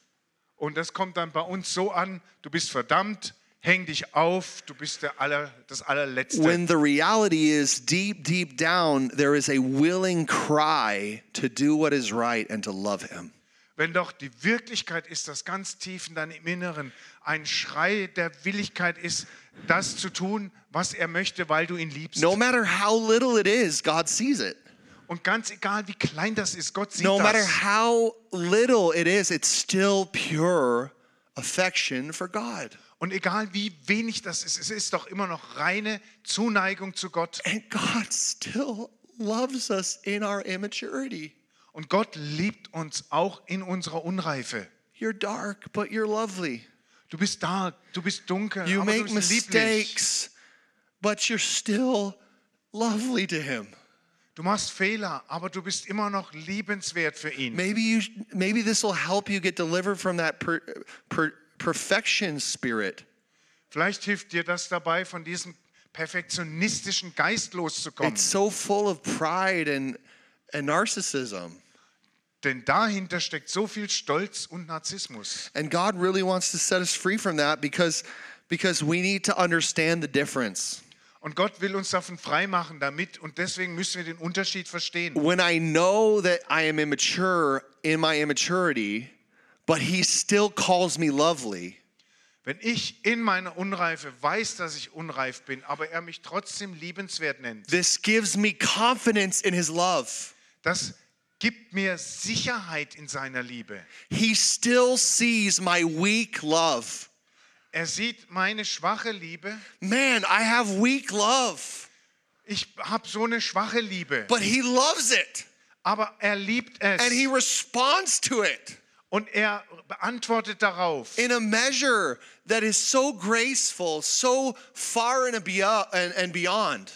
S2: Und das kommt dann bei uns so an, du bist verdammt, häng dich auf, du bist der aller, das allerletzte.
S1: When the reality is deep, deep down, there is a willing cry to do what is right and to love Him.
S2: Wenn doch die Wirklichkeit ist, dass ganz tief in deinem Inneren ein Schrei der Willigkeit ist, das zu tun, was er möchte, weil du ihn liebst.
S1: No matter how little it is, God sees it.
S2: Und ganz egal, wie klein das ist, Gott sieht
S1: No matter
S2: das.
S1: how little it is, it's still pure affection for God.
S2: Und egal, wie wenig das ist, es ist doch immer noch reine Zuneigung zu Gott.
S1: And God still loves us in our immaturity.
S2: Und Gott liebt uns auch in unserer Unreife.
S1: You're dark, but you're lovely.
S2: Du bist da, du bist dunkel,
S1: You
S2: aber
S1: make
S2: du bist lieblich.
S1: mistakes, but you're still lovely to him.
S2: Du machst Fehler, aber du bist immer noch liebenswert für ihn.
S1: Maybe you maybe this will help you get delivered from that per, per, perfection spirit.
S2: Vielleicht hilft dir das dabei, von diesem perfektionistischen Geist loszukommen.
S1: It's so full of pride and and narcissism.
S2: Denn dahinter steckt so viel Stolz und Narzissmus.
S1: And God really wants to set us free from that because because we need to understand the difference.
S2: Und Gott will uns davon freimachen damit und deswegen müssen wir den Unterschied verstehen.
S1: When I know that I am immature in my immaturity, but he still calls me lovely.
S2: Wenn ich in meiner Unreife weiß, dass ich unreif bin, aber er mich trotzdem liebenswert nennt,
S1: This gives me confidence in his love.
S2: das gibt mir Sicherheit in seiner Liebe.
S1: He still sees my weak love.
S2: Er sieht meine schwache Liebe.
S1: Man, I have weak love,
S2: Ich habe so eine schwache Liebe,
S1: but he loves it
S2: aber er liebt
S1: and he
S2: es
S1: responds to it
S2: und er beantwortet darauf.
S1: in a measure that is so graceful, so far and, a beyond, and, and beyond.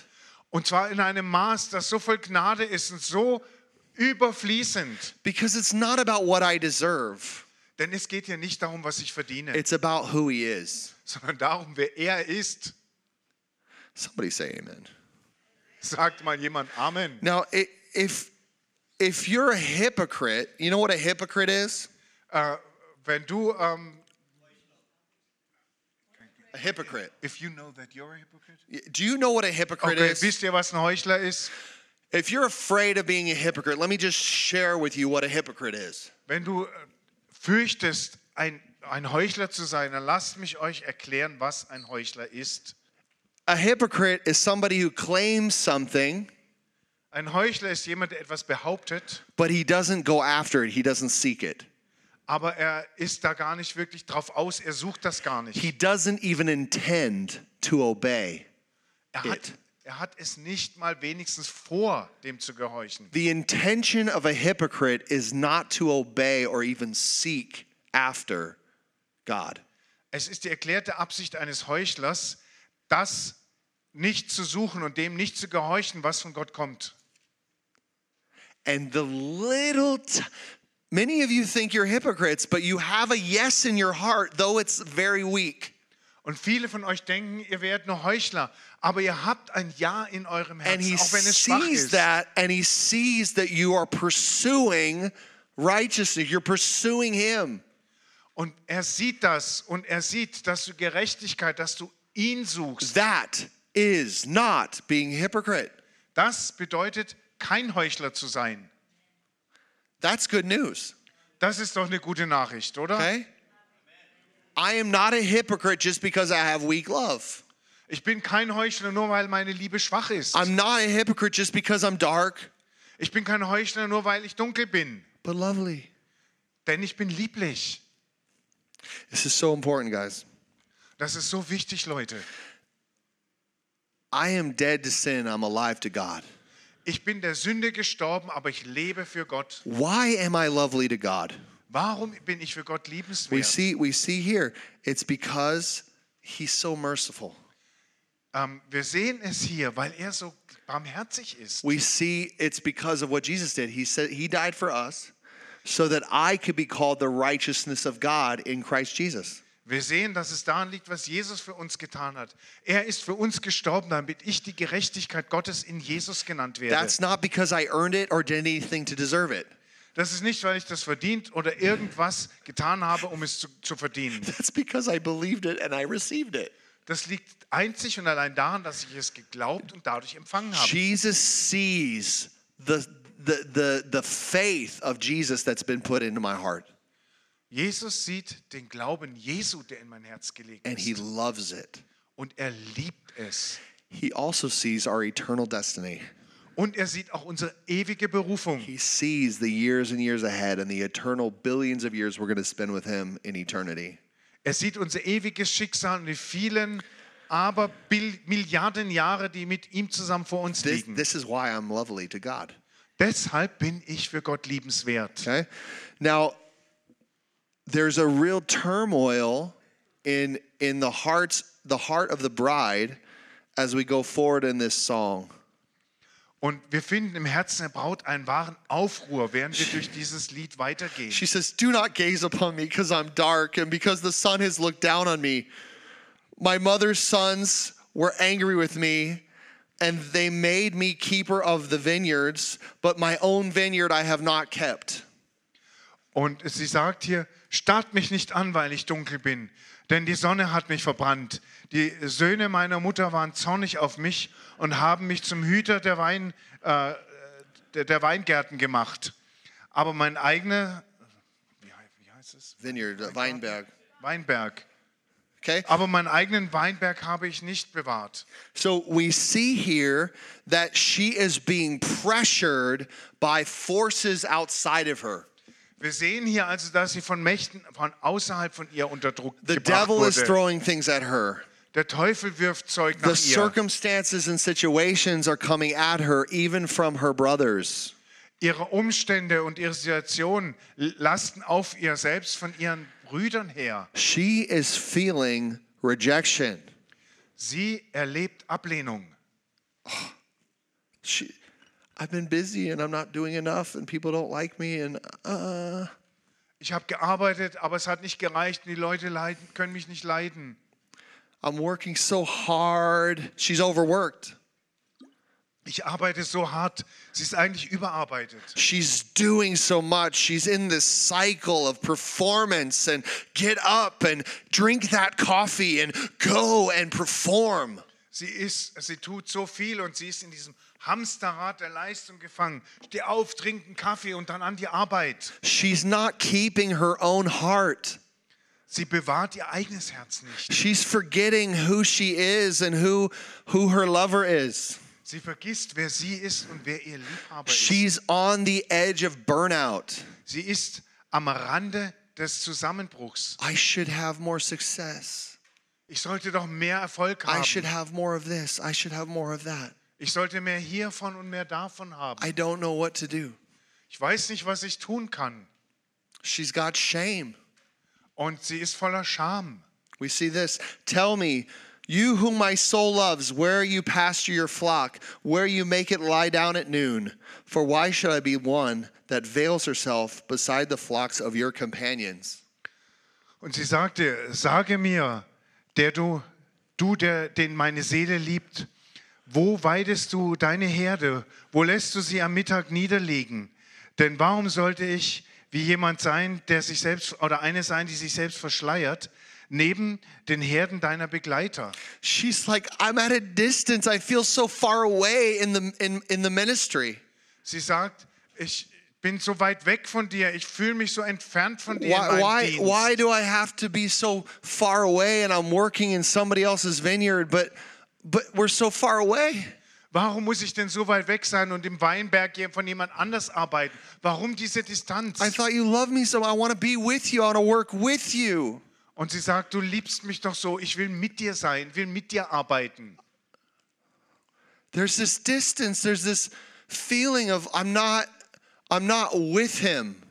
S2: Und zwar in einem Maß, das so voll Gnade ist und so überfließend.
S1: because it's not about what I deserve,
S2: Denn es geht ja nicht darum, was ich verdiene,
S1: it's about who He is.
S2: sondern darum, wer er ist.
S1: Somebody say amen.
S2: Sagt mal jemand Amen.
S1: Now, i- if, if you're a hypocrite, you know what a hypocrite is?
S2: Äh, wenn du, ähm,
S1: A hypocrite.
S2: if you know that you're a hypocrite.
S1: Y- Do you know what a hypocrite
S2: Okay,
S1: is?
S2: wisst ihr, was ein Heuchler ist?
S1: If you're afraid of being a hypocrite, let me just share with you what a hypocrite is.
S2: Wenn du äh, fürchtest, ein, ein Heuchler zu sein, dann lasst mich euch erklären, was ein Heuchler ist.
S1: A hypocrite is somebody who claims something,
S2: Ein Heuchler ist jemand, der etwas behauptet,
S1: but he doesn't go after it, he doesn't seek it.
S2: aber er ist da gar nicht wirklich drauf aus, er sucht das gar nicht.
S1: He doesn't even intend to obey.
S2: Er hat,
S1: It.
S2: er hat es nicht mal wenigstens vor, dem zu gehorchen.
S1: The intention of a hypocrite is not to obey or even seek after God.
S2: Es ist die erklärte Absicht eines Heuchlers, das nicht zu suchen und dem nicht zu gehorchen, was von Gott kommt.
S1: And the little, t- many of you think you're hypocrites, but you have a yes in your heart, though it's very weak.
S2: Und viele von euch denken, ihr wärt nur Heuchler, aber ihr habt ein Ja in eurem
S1: And he
S2: Herzen, auch wenn es schwach
S1: sees
S2: ist.
S1: that and he sees that you are pursuing righteousness, you're pursuing him.
S2: Und er sieht das und er sieht, dass du Gerechtigkeit, dass du ihn suchst.
S1: That is not being a hypocrite.
S2: Das bedeutet, kein Heuchler zu sein.
S1: That's good news,
S2: Das ist doch eine gute Nachricht, oder?
S1: okay? I am not a hypocrite just because I have weak love.
S2: Ich bin kein Heuchler, nur weil meine Liebe schwach ist.
S1: I'm not a hypocrite just because I'm dark,
S2: Ich bin kein Heuchler, nur weil ich dunkel bin.
S1: but lovely.
S2: Denn ich bin lieblich.
S1: This is so important, guys.
S2: Das ist so wichtig, Leute.
S1: I am dead to sin, I'm alive to God.
S2: Ich bin der Sünde gestorben, aber ich lebe für Gott.
S1: Why am I lovely to God?
S2: Warum bin ich für Gott
S1: We
S2: liebenswert?
S1: see we see here it's because he's so merciful.
S2: Ähm, wir sehen es hier, weil er so barmherzig ist.
S1: We see it's because of what Jesus did. He said he died for us so that I could be called the righteousness of God in Christ Jesus.
S2: Wir sehen, dass es daran liegt, was Jesus für uns getan hat. Er ist für uns gestorben, damit ich die Gerechtigkeit Gottes in Jesus genannt werde.
S1: That's not because I earned it or did anything to deserve it.
S2: das ist nicht, weil ich das verdient oder irgendwas getan habe, um es zu, zu verdienen.
S1: That's because I believed it and I received it.
S2: Das liegt einzig und allein daran, dass ich es geglaubt und dadurch empfangen habe.
S1: Jesus sees the the the the faith of Jesus that's been put into my heart
S2: Jesus sieht den Glauben Jesu, der in mein Herz gelegt
S1: and he
S2: ist.
S1: loves it.
S2: Und er liebt es.
S1: He also sees our eternal destiny.
S2: Und er sieht auch unsere ewige Berufung.
S1: He sees the years and years ahead and the eternal billions of years we're going to spend with him in eternity.
S2: Er sieht unser ewiges Schicksal und die vielen, aber Bil Milliarden Jahre, die mit ihm zusammen vor uns
S1: This,
S2: liegen.
S1: this is why I'm lovely to God.
S2: Deshalb bin ich für Gott liebenswert.
S1: Okay? Now, there's a real turmoil in in the hearts the heart of the bride as we go forward in this song.
S2: Und wir finden im Herzen der Braut einen wahren Aufruhr, während wir durch dieses Lied weitergehen.
S1: She says, "Do not gaze upon me because I'm dark and because the sun has looked down on me. My mother's sons were angry with me and they made me keeper of the vineyards, but my own vineyard I have not kept."
S2: Und sie sagt hier, starrt mich nicht an, weil ich dunkel bin, denn die Sonne hat mich verbrannt. Die Söhne meiner Mutter waren zornig auf mich und haben mich zum Hüter der, Wein, äh, der, der Weingärten gemacht. Aber mein eigener, wie, hei- wie heißt es?
S1: Vineyard, uh, Weinberg.
S2: Weinberg.
S1: Okay?
S2: Aber meinen eigenen Weinberg habe ich nicht bewahrt.
S1: So we see here that she is being pressured by forces outside of her.
S2: Wir sehen hier also, dass sie von Mächten von außerhalb von ihr unter Druck
S1: The
S2: gebracht
S1: devil is
S2: wurde.
S1: throwing things at her.
S2: Der Teufel wirft Zeug nach
S1: The
S2: ihr.
S1: circumstances and situations are coming at her, even from her brothers.
S2: Ihre Umstände und ihre Situation lasten auf ihr selbst von ihren Brüdern her.
S1: She is feeling rejection.
S2: Sie erlebt Ablehnung.
S1: She, I've been busy and I'm not doing enough and people don't like me and uh,
S2: Ich habe gearbeitet, aber es hat nicht gereicht und die Leute leiden, können mich nicht leiden.
S1: I'm working so hard. She's overworked.
S2: Ich arbeite so hart, sie ist eigentlich überarbeitet.
S1: She's doing so much. She's in this cycle of performance and get up and drink that coffee and go and perform.
S2: Sie ist, sie tut so viel und sie ist in diesem Hamsterrad der Leistung gefangen. Steh auf, trink einen Kaffee und dann an die Arbeit.
S1: She's not keeping her own heart.
S2: Sie bewahrt ihr eigenes Herz nicht.
S1: She's forgetting who she is and who who her lover is.
S2: Sie vergisst, wer sie ist und wer ihr Liebhaber ist.
S1: She's on the edge of burnout.
S2: Sie ist am Rande des Zusammenbruchs.
S1: I should have more success.
S2: Ich sollte doch mehr Erfolg
S1: I should
S2: haben.
S1: have more of this. I should have more of that.
S2: Ich sollte mehr hiervon und mehr davon haben.
S1: I don't know what to do.
S2: Ich weiß nicht, was ich tun kann.
S1: She's got shame.
S2: Und sie ist voller Scham.
S1: We see this. Tell me, you whom my soul loves, where you pasture your flock, where you make it lie down at noon. For why should I be one that veils herself beside the flocks of your companions?
S2: Und sie sagte, sage mir, der du, du, der, den meine Seele liebt, wo weidest du deine Herde? Wo lässt du sie am Mittag niederlegen? Denn warum sollte ich wie jemand sein, der sich selbst oder eine sein, die sich selbst verschleiert, neben den Herden deiner Begleiter?
S1: She's like, I'm at a distance. I feel so far away in the in, in the ministry.
S2: Sie sagt, ich bin so weit weg von dir, ich fühle mich so entfernt von dir. in
S1: Why,
S2: meinem
S1: why,
S2: Dienst.
S1: why do I have to be so far away and I'm working in somebody else's vineyard, but but we're so far away?
S2: Warum muss ich denn so weit weg sein und im Weinberg hier von jemand anders arbeiten? Warum diese Distanz?
S1: I thought you loved me so I want to be with you, I want to work with you.
S2: Und sie sagt, du liebst mich doch so, ich will mit dir sein, will mit dir arbeiten.
S1: There's this distance, there's this feeling of I'm not I'm not with him.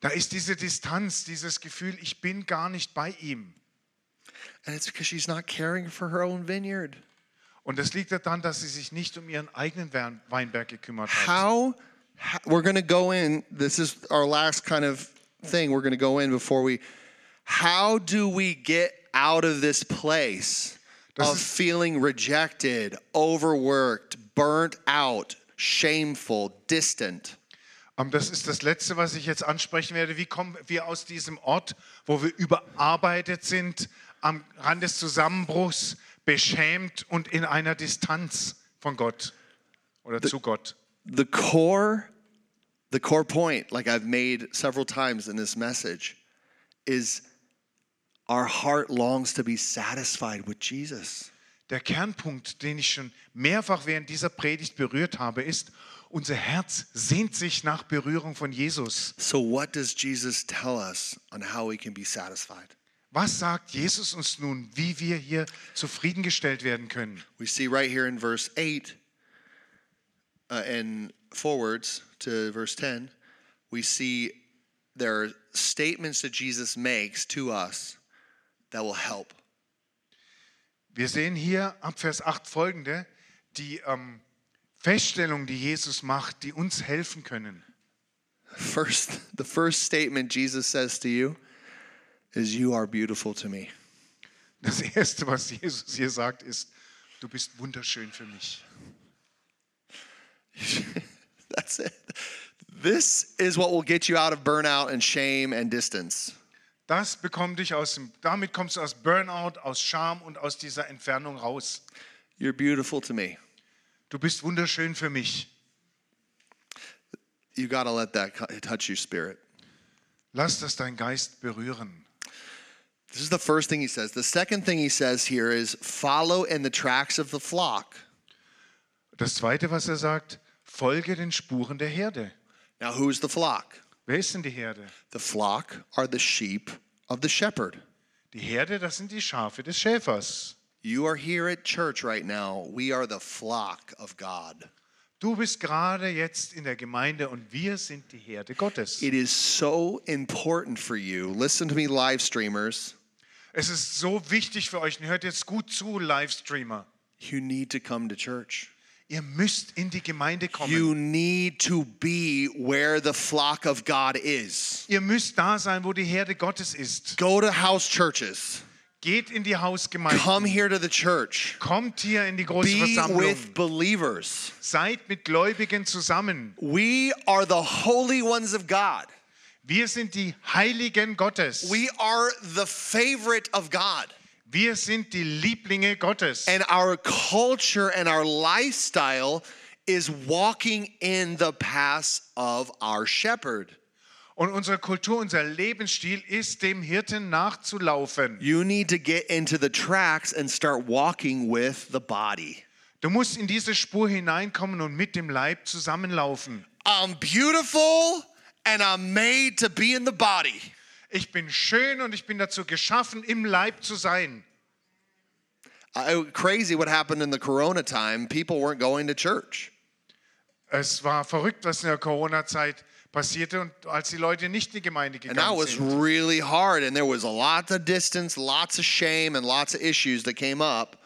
S2: Da ist diese Distanz, dieses Gefühl, ich bin gar nicht bei ihm.
S1: And it's because she's not caring for her own vineyard.
S2: Und das liegt daran, dass sie sich nicht um ihren eigenen Wein- Weinberg gekümmert hat.
S1: How, how we're going to go in this is our last kind of thing we're going to go in before we how do we get out of this place
S2: Das
S1: of feeling rejected, overworked, burnt out, shameful, distant?
S2: Und Ähm, das ist das Letzte, was ich jetzt ansprechen werde. Wie kommen wir aus diesem Ort, wo wir überarbeitet sind, am Rand des Zusammenbruchs, beschämt und in einer Distanz von Gott oder zu Gott?
S1: the core the core point like i've made several times in this message is our heart longs to be satisfied with jesus
S2: Der Kernpunkt, den ich schon mehrfach während dieser Predigt berührt habe, ist, unser Herz sehnt sich nach Berührung von Jesus.
S1: so what does jesus tell us on how we can be satisfied
S2: Was sagt Jesus uns nun, wie wir hier zufriedengestellt werden können?
S1: we see right here in verse 8 uh, and forwards to verse 10 we see there are statements that jesus makes to us that will help
S2: Wir sehen hier ab Vers 8 folgende, die ähm, Feststellung, die Jesus macht, die uns helfen können.
S1: First, the first statement Jesus says to you is, You are beautiful to me.
S2: Das Erste, was Jesus hier sagt, ist, du bist wunderschön für mich.
S1: That's it. This is what will get you out of burnout and shame and distance.
S2: Das bekommt dich aus dem, damit kommst du aus Burnout, aus Scham und aus dieser Entfernung raus.
S1: You're beautiful to me.
S2: Du bist wunderschön für mich.
S1: You got to let that co- touch your spirit.
S2: Lass das dein Geist berühren.
S1: This is the first thing he says. The second thing he says here is, Follow in the tracks of the flock.
S2: Das Zweite, was er sagt, folge den Spuren der Herde.
S1: Now, who's the flock?
S2: Wer ist denn die Herde?
S1: The flock are the sheep of the shepherd.
S2: Die Herde, das sind die Schafe des Schäfers.
S1: You are here at church right now. We are the flock of God.
S2: Du bist gerade jetzt in der Gemeinde und wir sind die Herde Gottes.
S1: It is so important for you. Listen to me, live streamers.
S2: Es ist so wichtig für euch und hört jetzt gut zu, Livestreamer.
S1: You need to come to church.
S2: Ihr müsst in die Gemeinde kommen.
S1: You need to be where the flock of God is.
S2: Ihr müsst da sein, wo die Herde Gottes ist.
S1: Go to house churches.
S2: Geht in die Hausgemeinde.
S1: Come here to the church.
S2: Kommt hier in die große
S1: Be with
S2: Versammlung.
S1: believers.
S2: Seid mit Gläubigen zusammen.
S1: We are the holy ones of God.
S2: Wir sind die Heiligen Gottes.
S1: We are the favorite of God.
S2: Wir sind die Lieblinge Gottes.
S1: And our culture and our lifestyle is walking in the paths of our shepherd.
S2: Und unsere Kultur, unser Lebensstil ist, dem Hirten nachzulaufen.
S1: You need to get into the tracks and start walking with the body.
S2: Du musst in diese Spur hineinkommen und mit dem Leib zusammenlaufen.
S1: I'm beautiful and I'm made to be in the body.
S2: Ich bin schön und ich bin dazu geschaffen, im Leib zu sein.
S1: I, crazy what happened in the corona time. People weren't going to church.
S2: Es war verrückt, was in der Corona-Zeit passierte und als die Leute nicht in die Gemeinde
S1: And that
S2: gegangen
S1: was
S2: sind.
S1: really hard. And there was a lot of distance, lots of shame, and lots of issues that came up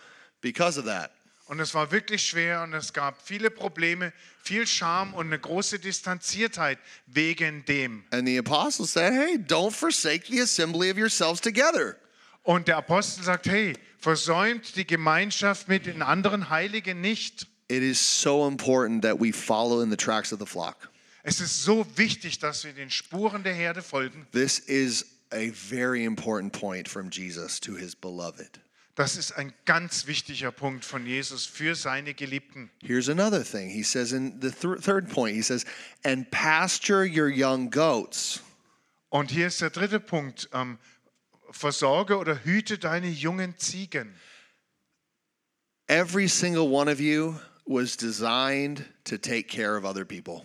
S1: because of that.
S2: Und es war wirklich schwer und es gab viele Probleme, viel Scham und eine große Distanziertheit wegen dem.
S1: And the apostles said, Hey, don't forsake the assembly of yourselves together.
S2: Und der Apostel sagt, hey, versäumt die Gemeinschaft mit den anderen Heiligen nicht.
S1: It is so important that we follow in the tracks of the flock.
S2: Es ist so wichtig, dass wir den Spuren der Herde folgen.
S1: This is a very important point from Jesus to his beloved.
S2: Das ist ein ganz wichtiger Punkt von Jesus für seine Geliebten.
S1: Here's another thing. He says in the th- third point, he says, and pasture your young goats.
S2: Und hier ist der dritte Punkt. Ähm, versorge oder hüte deine jungen Ziegen.
S1: Every single one of you was designed to take care of other people.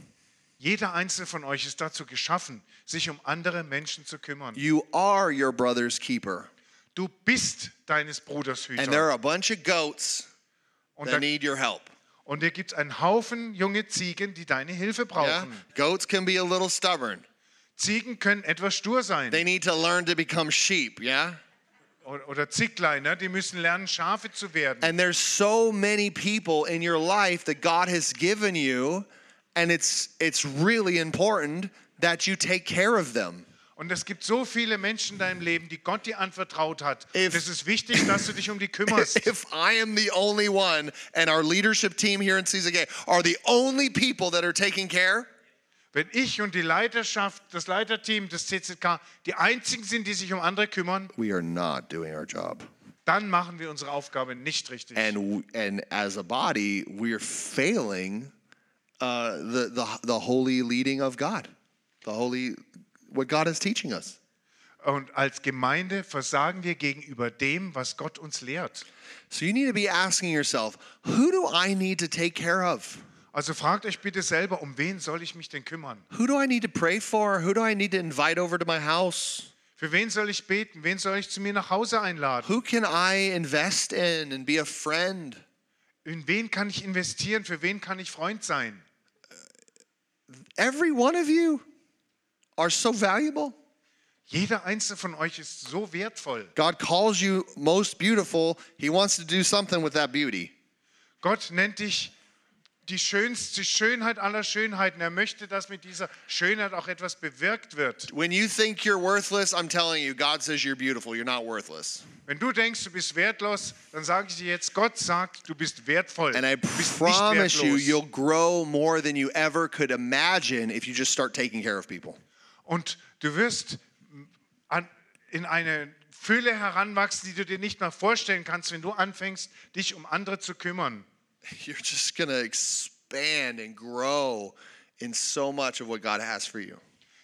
S2: Jeder Einzelne von euch ist dazu geschaffen, sich um andere Menschen zu kümmern.
S1: You are your brother's keeper.
S2: Du bist deines Bruders
S1: And there
S2: Hüter.
S1: are a bunch of goats
S2: Und, da,
S1: that need your help.
S2: und hier gibt es einen Haufen junge Ziegen, die deine Hilfe
S1: Yeah?
S2: brauchen.
S1: Goats can be a little stubborn.
S2: Ziegen können etwas stur sein.
S1: They need to learn to become sheep, yeah?
S2: O- Oder Zicklein, ne? die müssen lernen, Schafe zu werden.
S1: And there's so many people in your life that God has given you and it's it's really important that you take care of them.
S2: Und es gibt so viele Menschen in deinem Leben, die Gott dir anvertraut hat.
S1: If-
S2: es ist wichtig, dass du dich um die kümmerst.
S1: if I am the only one and our leadership team here in CZK are the only people that are taking care,
S2: Wenn ich und die Leiterschaft, das Leiterteam des CZK die einzigen sind, die sich um andere kümmern,
S1: we are not doing our job.
S2: dann machen wir unsere Aufgabe nicht richtig.
S1: And w- and as a body, we're failing uh, the, the the holy leading of God, the holy what God is teaching us.
S2: Und als Gemeinde versagen wir gegenüber dem, was Gott uns lehrt.
S1: So you need to be asking yourself, who do I need to take care of?
S2: Also fragt euch bitte selber, um wen soll ich mich denn kümmern?
S1: Who do I need to pray for? Who do I need to invite over to my house?
S2: Für wen soll ich beten? Wen soll ich zu mir nach Hause einladen?
S1: Who can I invest in and be a friend?
S2: In wen kann ich investieren? Für wen kann ich Freund sein?
S1: Every one of you are so valuable.
S2: Jeder einzelne von euch ist so wertvoll.
S1: God calls you most beautiful. He wants to do something with that beauty.
S2: Gott nennt dich die schönste Schönheit aller Schönheiten. Er möchte, dass mit dieser Schönheit auch etwas bewirkt wird.
S1: When you think you're worthless, I'm telling you, God says you're beautiful. You're not worthless.
S2: Wenn du denkst, du bist wertlos, dann sage ich dir jetzt, Gott sagt, du bist wertvoll.
S1: And I
S2: du bist
S1: promise you,
S2: nicht
S1: you'll
S2: wertlos.
S1: grow more than you ever could imagine if you just start taking care of people.
S2: Und du wirst an, in eine Fülle heranwachsen, die du dir nicht mal vorstellen kannst, wenn du anfängst, dich um andere zu kümmern.
S1: You're just going to expand and grow in so much of what God has for you.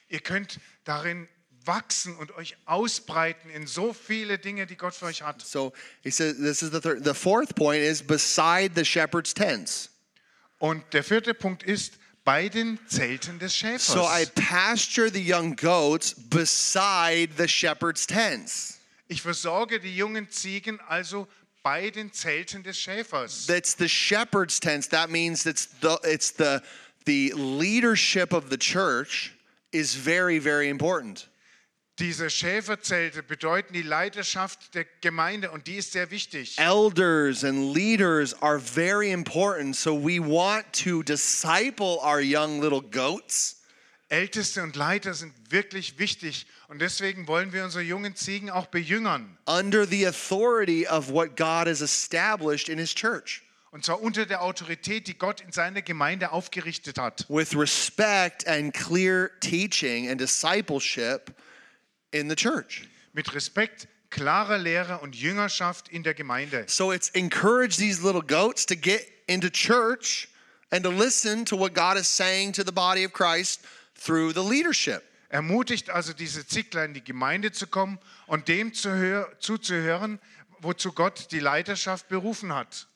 S2: Ihr könnt darin wachsen und euch ausbreiten in so viele Dinge, die Gott für euch hat.
S1: So he says, this is the third. The fourth point is beside the shepherd's tents.
S2: Und der vierte Punkt ist bei den Zelten des Schäfers.
S1: So I pasture the young goats beside the shepherd's tents.
S2: ich versorge die jungen Ziegen also bei den Zelten des Schäfers.
S1: That's the shepherd's tents. That means it's the it's the the leadership of the church is very very important.
S2: Diese Schäferzelte bedeuten die Leidenschaft der Gemeinde und die ist sehr wichtig.
S1: Elders and leaders are very important, so we want to disciple our young little goats.
S2: Älteste und Leiter sind wirklich wichtig und deswegen wollen wir unsere jungen Ziegen auch bejüngern
S1: under the authority of what God has established in His church
S2: und zwar unter der Autorität, die Gott in seiner Gemeinde aufgerichtet hat,
S1: with respect and clear teaching and discipleship in the church.
S2: mit Respekt, klarer Lehre und Jüngerschaft in der Gemeinde.
S1: So it's encourage these little goats to get into church and to listen to what God is saying to the body of Christ through the leadership.
S2: Ermutigt also diese Zickler in die Gemeinde zu kommen und dem zu hör, zuzuhören, wozu Gott die Leiterschaft berufen hat.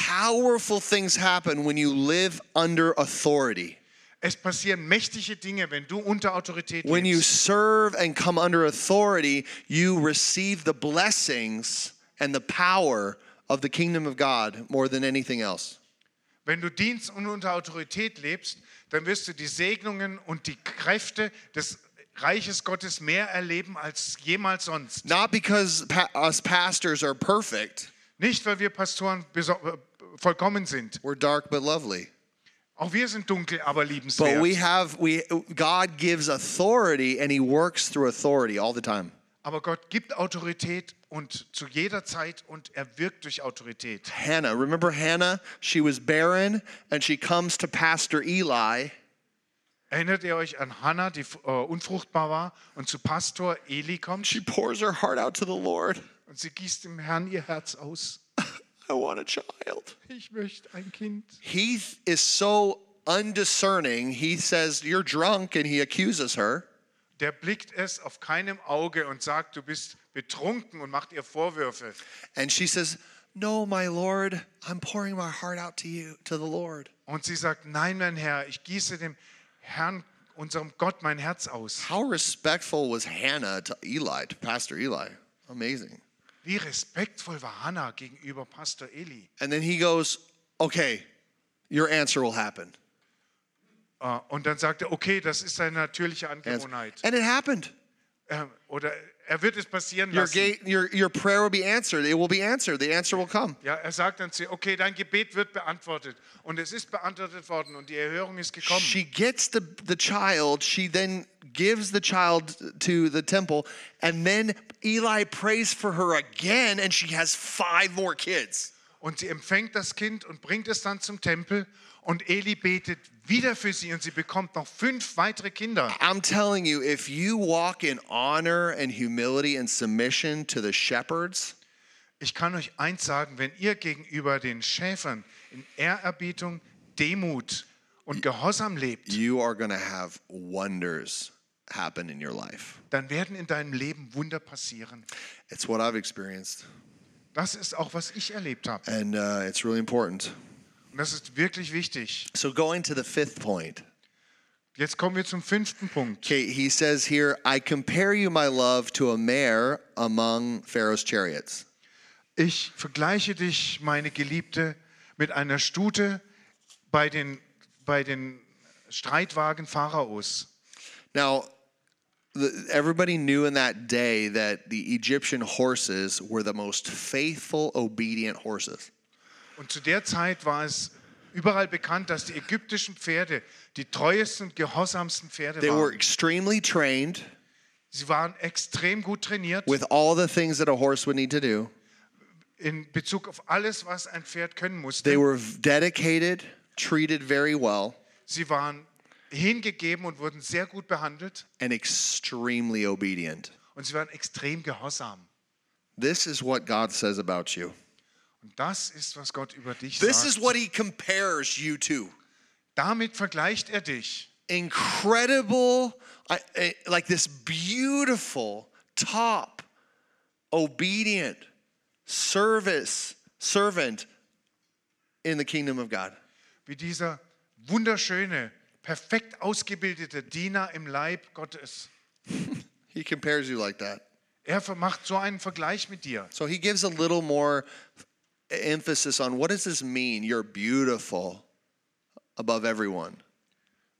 S1: Powerful things happen when you live under authority.
S2: Es passieren mächtige Dinge, wenn du unter Autorität
S1: When you
S2: lebst.
S1: serve and come under authority, you receive the blessings and the power of the kingdom of God more than anything else.
S2: Wenn du dienst und unter Autorität lebst, dann wirst du die Segnungen und die Kräfte des Reiches Gottes mehr erleben als jemals sonst.
S1: Not because pa- us pastors are perfect,
S2: Nicht, weil wir Pastoren beso- äh, vollkommen sind.
S1: we're dark but lovely.
S2: Auch wir sind dunkel, aber
S1: But we
S2: liebenswert.
S1: have we God gives authority and he works through authority all the time.
S2: Aber Gott gibt Autorität und zu jeder Zeit und er wirkt durch Autorität.
S1: Hannah, remember Hannah? She was barren and she comes to Pastor Eli
S2: Erinnert ihr euch an Hannah, die äh, unfruchtbar war und zu Pastor Eli kommt
S1: She pours her heart out to the Lord.
S2: und sie gießt dem Herrn ihr Herz aus.
S1: I want a child.
S2: Ich möchte ein Kind.
S1: He th- is so undiscerning. He says, You're drunk, and he accuses her.
S2: Der blickt es auf keinem Auge und sagt, du bist betrunken und macht ihr Vorwürfe.
S1: And she says, No, my Lord, I'm pouring my heart out to you, to the Lord.
S2: Und sie sagt, nein, mein Herr, ich gieße dem Herrn, unserem Gott, mein Herz aus.
S1: How respectful was Hannah to Eli, to Pastor Eli? Amazing.
S2: Wie respektvoll war Hannah gegenüber Pastor Eli.
S1: And then he goes, Okay, your answer will happen.
S2: Äh, Und dann sagt er, okay, das ist seine natürliche
S1: Answer.
S2: Angewohnheit.
S1: And it happened.
S2: Äh, Oder er wird es passieren
S1: Your,
S2: lassen.
S1: gate, your, your prayer will be answered. It will be answered. The answer will come.
S2: Ja, er sagt dann zu ihr, okay, dein Gebet wird beantwortet. Und es ist beantwortet worden und die Erhörung ist gekommen.
S1: She gets the, the child. She then gives the child to the temple. And then Eli prays for her again, and she has five more kids.
S2: Und sie empfängt das Kind und bringt es dann zum Tempel. Und Eli betet wieder für sie und sie bekommt noch fünf weitere Kinder.
S1: I'm telling you, if you walk in honor and humility and submission to the shepherds,
S2: Ich kann euch eins sagen, wenn ihr gegenüber den Schäfern in Ehrerbietung, Demut und Gehorsam lebt,
S1: you are going to have wonders happen in your life.
S2: dann werden in deinem Leben Wunder passieren.
S1: It's what I've experienced,
S2: Das ist auch, was ich erlebt habe.
S1: and uh, it's really important.
S2: Und das ist wirklich wichtig.
S1: So, going to the fifth point.
S2: Jetzt kommen wir zum fünften Punkt.
S1: Okay, he says here, I compare you, my love, to a mare among Pharaoh's chariots.
S2: Ich vergleiche dich, meine Geliebte, mit einer Stute bei den, bei den Streitwagen Pharaos.
S1: Now, the, everybody knew in that day that the Egyptian horses were the most faithful, obedient horses.
S2: Und zu der Zeit war es überall bekannt, dass die ägyptischen Pferde die treuesten und gehorsamsten Pferde
S1: They were
S2: waren.
S1: extremely trained
S2: Sie waren extrem gut trainiert
S1: with all the things that a horse would need to do.
S2: in Bezug auf alles, was ein Pferd können
S1: They
S2: musste.
S1: were dedicated, treated very well,
S2: Sie waren hingegeben und wurden sehr gut behandelt
S1: and extremely obedient.
S2: und sie waren extrem gehorsam.
S1: This is what God says about you.
S2: Und das ist, was Gott über dich
S1: This
S2: sagt.
S1: is what he compares you to.
S2: Damit vergleicht er dich.
S1: incredible, I- I- like this beautiful, top, obedient service servant in the kingdom of God.
S2: wie dieser wunderschöne, perfekt ausgebildete Diener im Leib Gottes.
S1: He compares you like that.
S2: Er macht so einen Vergleich mit dir.
S1: So he gives a little more emphasis on what does this mean? You're beautiful above everyone.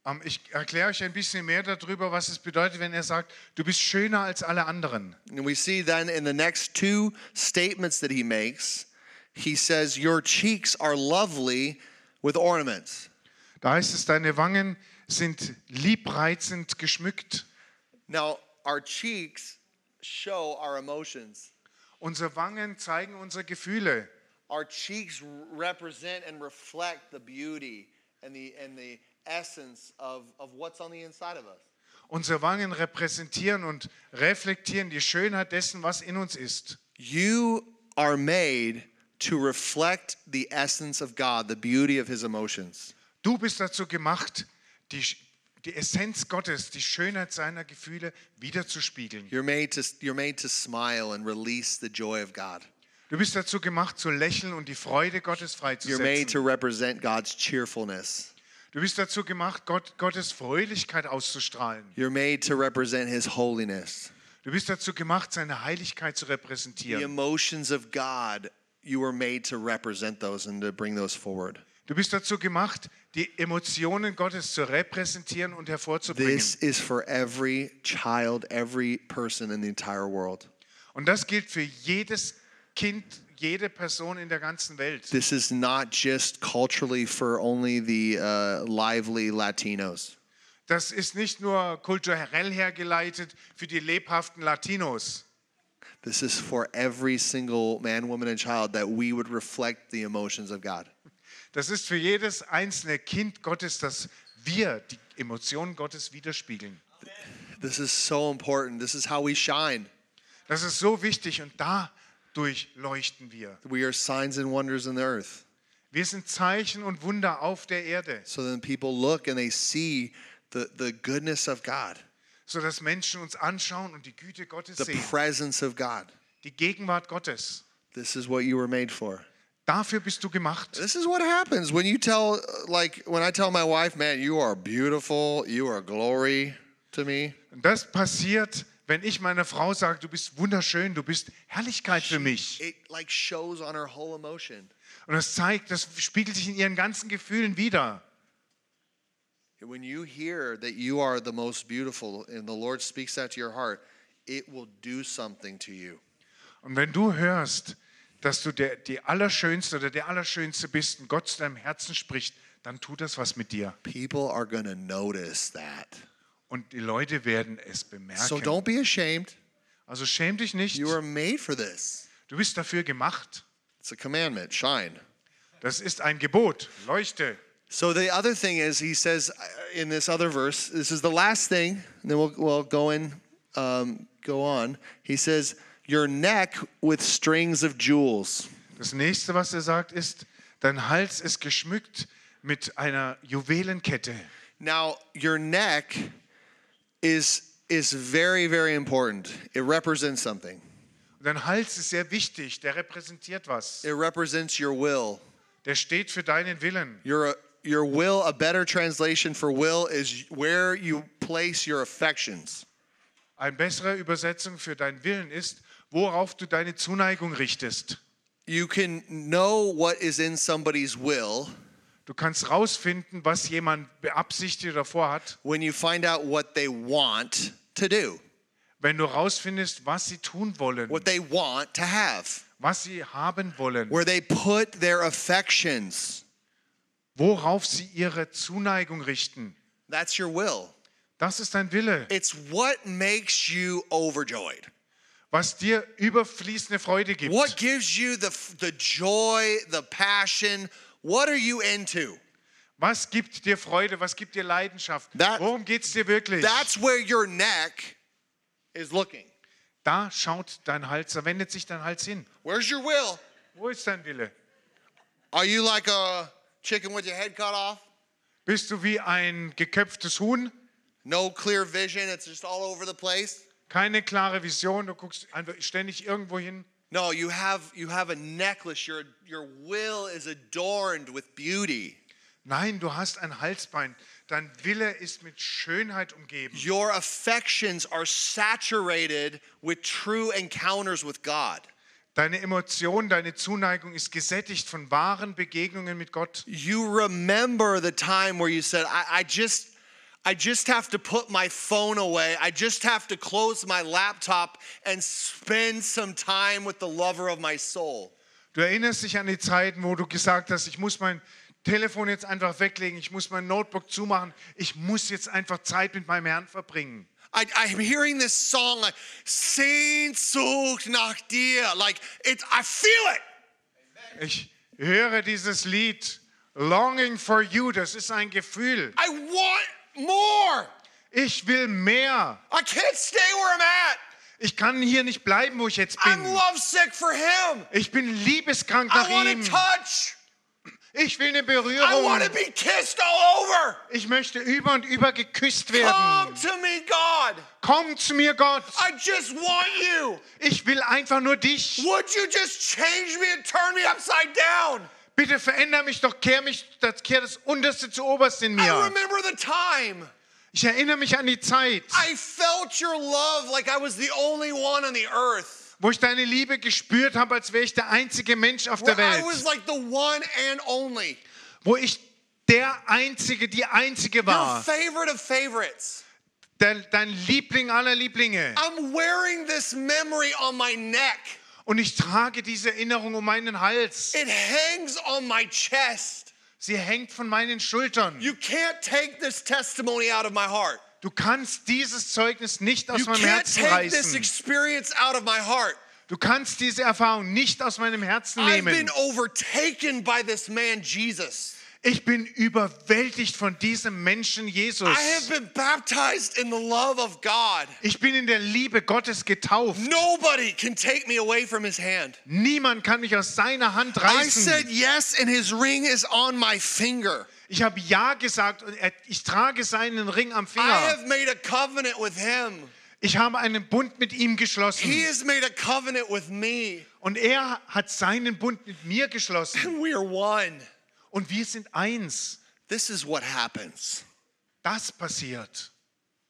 S2: Ähm, Ich erkläre euch ein bisschen mehr darüber, was es bedeutet, wenn er sagt, du bist schöner als alle anderen.
S1: And we see then in the next two statements that he makes, he says, Your cheeks are lovely with ornaments.
S2: Da heißt es, deine Wangen sind liebreizend geschmückt.
S1: Now, our cheeks show our emotions.
S2: Unsere Wangen zeigen unsere Gefühle.
S1: Our cheeks represent and reflect the beauty and the, and the essence of, of what's on the inside of us.
S2: Unsere Wangen repräsentieren und reflektieren die Schönheit dessen, was in uns ist.
S1: You are made to reflect the essence of God, the beauty of his emotions.
S2: Du bist dazu gemacht, die, Sch- die Essenz Gottes, die Schönheit seiner Gefühle wiederzuspiegeln.
S1: You're made, to, you're made to smile and release the joy of God.
S2: Du bist dazu gemacht, zu lächeln und die Freude Gottes
S1: You're made
S2: freizusetzen.
S1: to represent God's cheerfulness.
S2: Du bist dazu gemacht, Gott, Gottes Fröhlichkeit auszustrahlen.
S1: You're made to represent his holiness.
S2: Du bist dazu gemacht, seine Heiligkeit zu
S1: The
S2: repräsentieren.
S1: emotions of God, you were made to represent those and to bring those forward.
S2: Du bist dazu gemacht, die Emotionen Gottes zu repräsentieren und hervorzubringen.
S1: This is for every child, every person in the entire world.
S2: Und das gilt für jedes Kind, jede Person in der ganzen Welt.
S1: This is not just culturally for only the uh, lively Latinos.
S2: Das ist nicht nur kulturell hergeleitet für die lebhaften Latinos.
S1: This is for every single man, woman, and child that we would reflect the emotions of God.
S2: Das ist für jedes einzelne Kind Gottes, dass wir die Emotionen Gottes widerspiegeln.
S1: This is so important. This is how we shine.
S2: Das ist so wichtig und dadurch leuchten wir.
S1: We are signs and wonders in the earth.
S2: Wir sind Zeichen und Wunder auf der Erde,
S1: So then people look and they see the, the goodness of God,
S2: sodass Menschen uns anschauen und die Güte Gottes
S1: the
S2: sehen,
S1: presence of God.
S2: die Gegenwart Gottes.
S1: This is what you were made for.
S2: Dafür bist du gemacht.
S1: This is what happens when you tell, like, when I tell my wife, man, you are beautiful, you are glory to me.
S2: Und das passiert, wenn ich meiner Frau sage, du bist wunderschön, du bist Herrlichkeit für mich.
S1: It, like, shows on her whole emotion.
S2: Und das zeigt, das spiegelt sich in ihren ganzen Gefühlen wider.
S1: When you hear that you are the most beautiful and the Lord speaks that to your heart, it will do something to you.
S2: Und wenn du hörst, dass du der, die Allerschönste oder der Allerschönste bist und Gott zu deinem Herzen spricht, dann tut das was mit dir.
S1: People are going to notice that.
S2: Und die Leute werden es
S1: So
S2: bemerken.
S1: don't be ashamed.
S2: Also schäm dich nicht.
S1: You are made for this.
S2: Du bist dafür gemacht.
S1: It's a commandment. Shine.
S2: Das ist ein Gebot. Leuchte.
S1: So the other thing is, he says uh, in this other verse, this is the last thing, and then we'll, we'll go in, um, go on. He says, "Your neck with strings of jewels."
S2: Das nächste, was er sagt, ist, dein Hals ist geschmückt mit einer Juwelenkette.
S1: Now, your neck is is very very important. It represents something.
S2: Und dein Hals ist sehr wichtig. Der repräsentiert was.
S1: It represents your will.
S2: Der steht für deinen Willen.
S1: Your your will. A better translation for will is where you place your affections.
S2: Eine bessere Übersetzung für deinen Willen ist, worauf du deine Zuneigung richtest.
S1: You can know what is in somebody's will
S2: Du kannst rausfinden, was jemand beabsichtigt oder vorhat,
S1: when you find out what they want to do,
S2: wenn du rausfindest, was sie tun wollen,
S1: what they want to have,
S2: was sie haben wollen,
S1: where they put their affections.
S2: worauf sie ihre Zuneigung richten.
S1: That's your will.
S2: Das ist dein Wille,
S1: It's what makes you overjoyed.
S2: was dir überfließende Freude gibt.
S1: What gives you the, the joy, the passion? What are you into?
S2: Was gibt dir Freude? Was gibt dir Leidenschaft?
S1: That-
S2: Worum geht es dir wirklich?
S1: That's where your neck is looking.
S2: da schaut dein Hals, da wendet sich dein Hals hin.
S1: Where's your will?
S2: Wo ist dein Wille?
S1: Are you like a chicken with your head cut off?
S2: Bist du wie ein geköpftes Huhn?
S1: No clear vision, it's just all over the place?
S2: Keine klare Vision, du guckst einfach ständig irgendwo hin.
S1: No, you have you have a necklace. Your your will is adorned with beauty.
S2: Nein, du hast ein Halsbein. Dein Wille ist mit Schönheit umgeben.
S1: Your affections are saturated with true encounters with God.
S2: Deine Emotion, deine Zuneigung ist gesättigt von wahren Begegnungen mit Gott.
S1: You remember the time where you said, I, I just I just have to put my phone away. I just have to close my laptop and spend some time with the lover of my soul.
S2: Du erinnerst dich an die Zeiten, wo du gesagt hast, ich muss mein Telefon jetzt einfach weglegen, ich muss mein Notebook zumachen, ich muss jetzt einfach Zeit mit meinem Herrn verbringen.
S1: I, I'm hearing this song like Sehnsucht nach dir. Like it, I feel it.
S2: Ich höre dieses Lied, Longing for You, das ist ein Gefühl.
S1: I want more.
S2: Ich will mehr.
S1: I can't stay where I'm at.
S2: Ich kann hier nicht bleiben, wo ich jetzt
S1: I'm
S2: bin.
S1: lovesick for him.
S2: Ich bin liebeskrank nach
S1: I want to
S2: ihm.
S1: touch.
S2: Ich will eine
S1: I want to
S2: Berührung.
S1: be kissed all over.
S2: Ich möchte über und über geküsst
S1: Come
S2: werden.
S1: to me, God.
S2: Komm zu mir, Gott.
S1: I just want you.
S2: Ich will einfach nur dich.
S1: Would you just change me and turn me upside down?
S2: Bitte veränder mich doch, kehr mich, das- kehr das Unterste zu Oberst in
S1: I
S2: mir.
S1: remember the time
S2: Ich erinnere mich an die Zeit,
S1: I felt your love like I was the only one on the earth.
S2: wo ich deine Liebe gespürt habe, als wäre ich der einzige Mensch auf der
S1: Where I was
S2: Welt,
S1: like the one and only.
S2: wo ich der einzige, die einzige
S1: Your
S2: war,
S1: favorite of favorites.
S2: der, dein Liebling aller Lieblinge.
S1: I'm wearing this memory on my neck.
S2: Und ich trage diese Erinnerung um meinen Hals.
S1: It hangs on my chest.
S2: Sie hängt von meinen Schultern.
S1: You can't take this testimony out of my heart.
S2: Du kannst dieses Zeugnis nicht
S1: You
S2: aus meinem
S1: can't
S2: Herzen
S1: take this
S2: reißen.
S1: experience out of my heart.
S2: Du kannst diese Erfahrung nicht aus meinem Herzen
S1: I've been
S2: nehmen.
S1: overtaken by this man, Jesus.
S2: Ich bin überwältigt von diesem Menschen Jesus.
S1: I have been baptized in the love of God.
S2: Ich bin in der Liebe Gottes getauft.
S1: Nobody can take me away from his hand.
S2: Niemand kann mich aus seiner Hand
S1: I said
S2: reißen.
S1: yes, and his ring is on my finger.
S2: Ich habe Ja gesagt und er- ich trage seinen Ring am
S1: I
S2: Finger.
S1: have made a covenant with him.
S2: Ich habe einen Bund mit ihm geschlossen.
S1: He has made a covenant with me.
S2: Und er hat seinen Bund mit mir geschlossen.
S1: And we are one.
S2: Und wir sind eins.
S1: This is what happens
S2: Das passiert,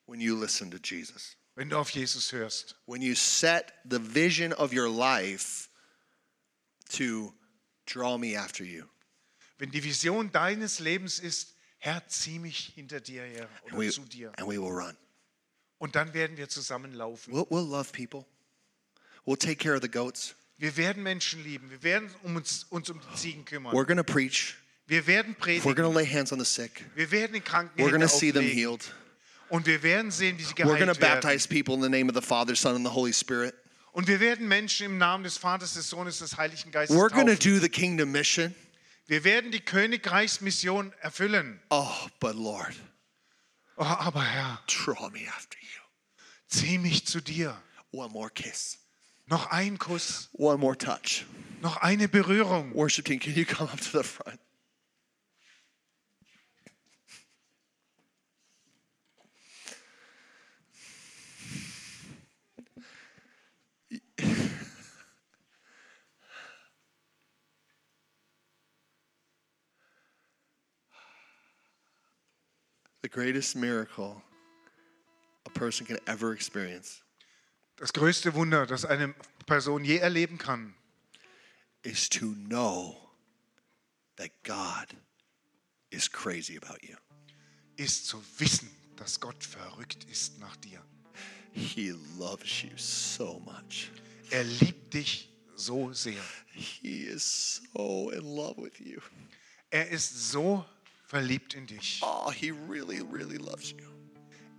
S1: when you listen to Jesus.
S2: wenn du auf Jesus hörst.
S1: When you set the vision of your life to draw me after you.
S2: Wenn die Vision deines Lebens ist, Herr, zieh mich hinter dir her oder
S1: And we,
S2: zu dir.
S1: and we will run.
S2: Und dann werden wir zusammenlaufen.
S1: We'll, we'll love people. We'll take care of the goats.
S2: Wir werden Menschen lieben. Wir werden um uns, uns um die Ziegen kümmern.
S1: We're going to preach.
S2: Wir werden
S1: We're
S2: predigen.
S1: going to lay hands on the sick.
S2: Wir werden den Kranken
S1: We're going
S2: Hände
S1: to see them
S2: auflegen.
S1: healed.
S2: Und wir werden sehen, wie sie
S1: We're
S2: geheilt
S1: going to
S2: werden.
S1: baptize people in the name of the Father, Son, and the Holy Spirit.
S2: Und wir werden Menschen im Namen des Vaters, des Sohnes, des Heiligen Geistes
S1: We're going to
S2: taufen.
S1: do the kingdom mission.
S2: Wir werden die Königreichsmission erfüllen.
S1: Oh, but Lord,
S2: Oh, aber Herr,
S1: draw me after you.
S2: zieh mich zu dir.
S1: One more kiss,
S2: Noch ein Kuss,
S1: one more touch.
S2: noch eine Berührung.
S1: Worship team, can you come up to the front? The greatest miracle a person can ever experience
S2: Das größte Wunder, das eine Person je erleben kann,
S1: is to know that God is crazy about you.
S2: ist zu wissen, dass Gott verrückt ist nach dir.
S1: He loves you so much.
S2: Er liebt dich so sehr.
S1: He is so in love with you.
S2: Er ist so verliebt in dich.
S1: Oh, he really, really loves you.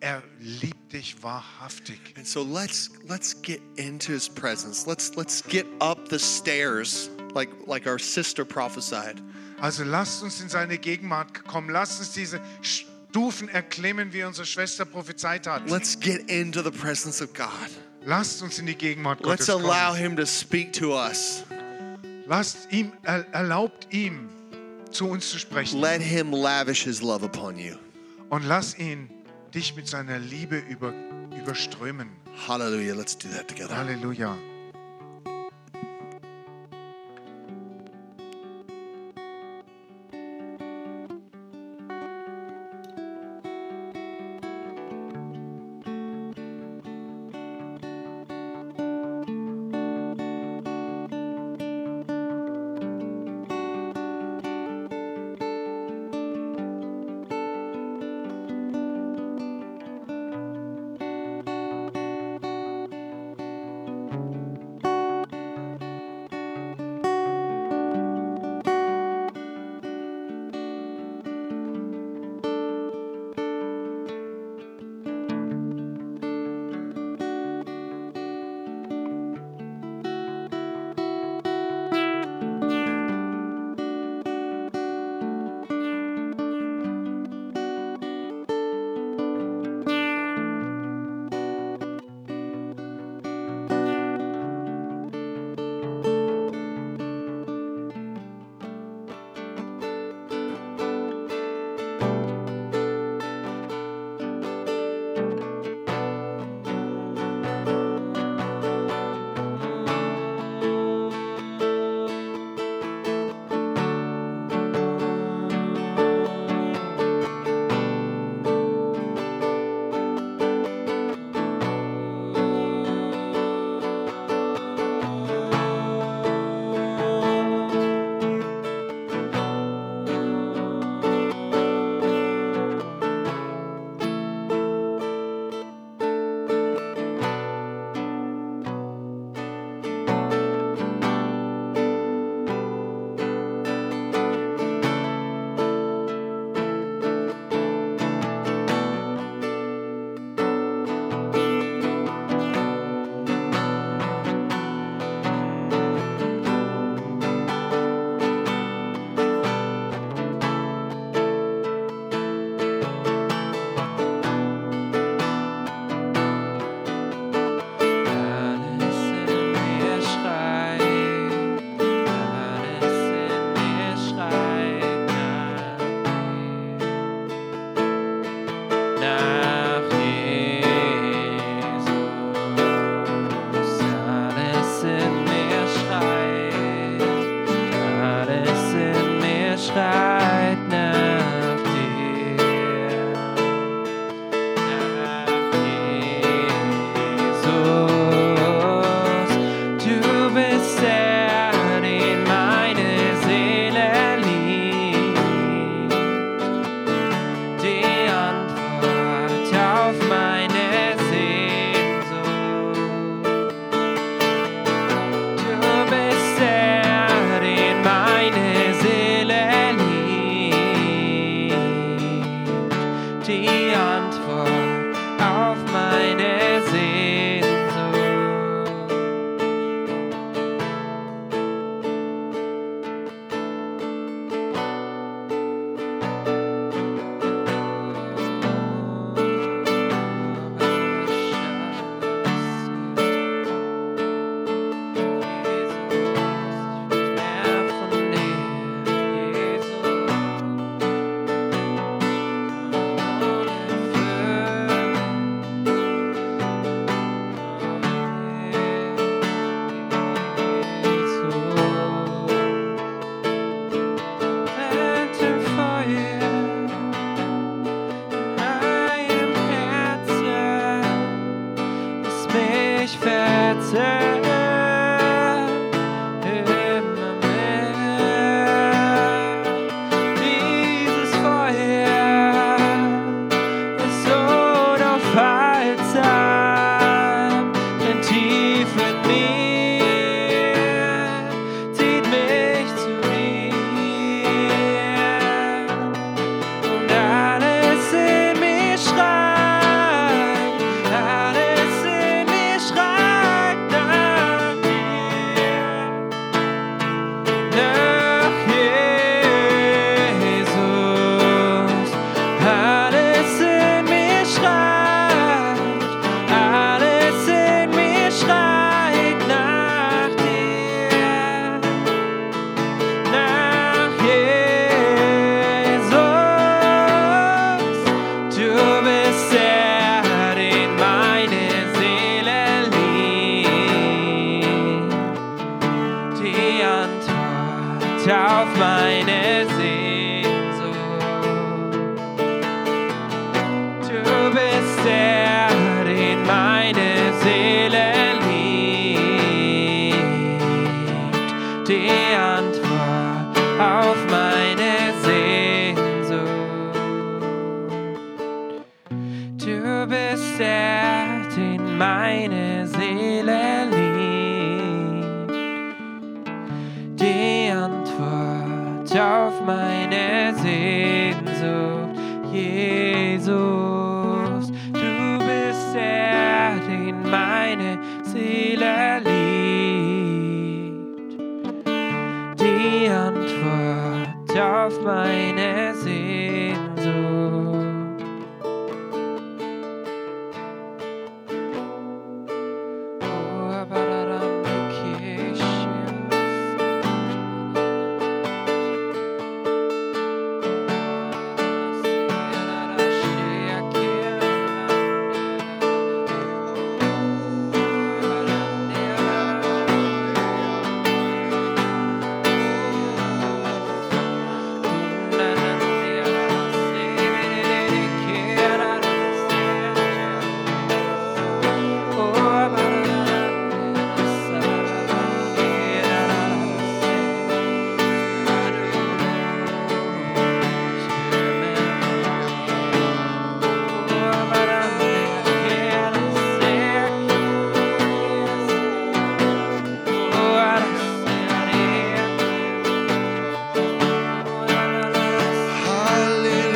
S2: Er liebt dich wahrhaftig.
S1: And so let's let's get into his presence. Let's let's get up the stairs like like our sister prophesied.
S2: Also lasst uns in seine Gegenwart kommen. Lasst uns diese Stufen erklimmen, wie unsere Schwester prophezeit hat.
S1: Let's get into the presence of God.
S2: Lasst uns in die Gegenwart Gottes
S1: Let's allow
S2: kommen.
S1: him to speak to us.
S2: Lasst ihm, er, erlaubt ihm, zu uns zu sprechen.
S1: Let him lavish his love upon you.
S2: Und lass ihn dich mit seiner Liebe über, überströmen.
S1: Hallelujah. Let's do that together.
S2: Halleluja.
S3: Meer, immer mehr. Dieses Feuer ist unaufhaltsam, denn tief in mir zieht mich zu dir. Und alles in mir schreit, alles in mir schreit nach dir, nach Jesus. Alles in mir schreit, alles in mir schreit nach dir. Nach Jesus, du bist der, den meine Seele liebt, die Antwort auf meine Sehnsucht. Du bist der, den meine Seele liebt die Antwort auf meine Sehnsucht. Du bist der, den meine Seele liebt, die Antwort auf meine Sehnsucht. Jesus, du bist der, den meine Seele liebt die Antwort auf meine Sehnsucht. Oh, abadadam, Oh,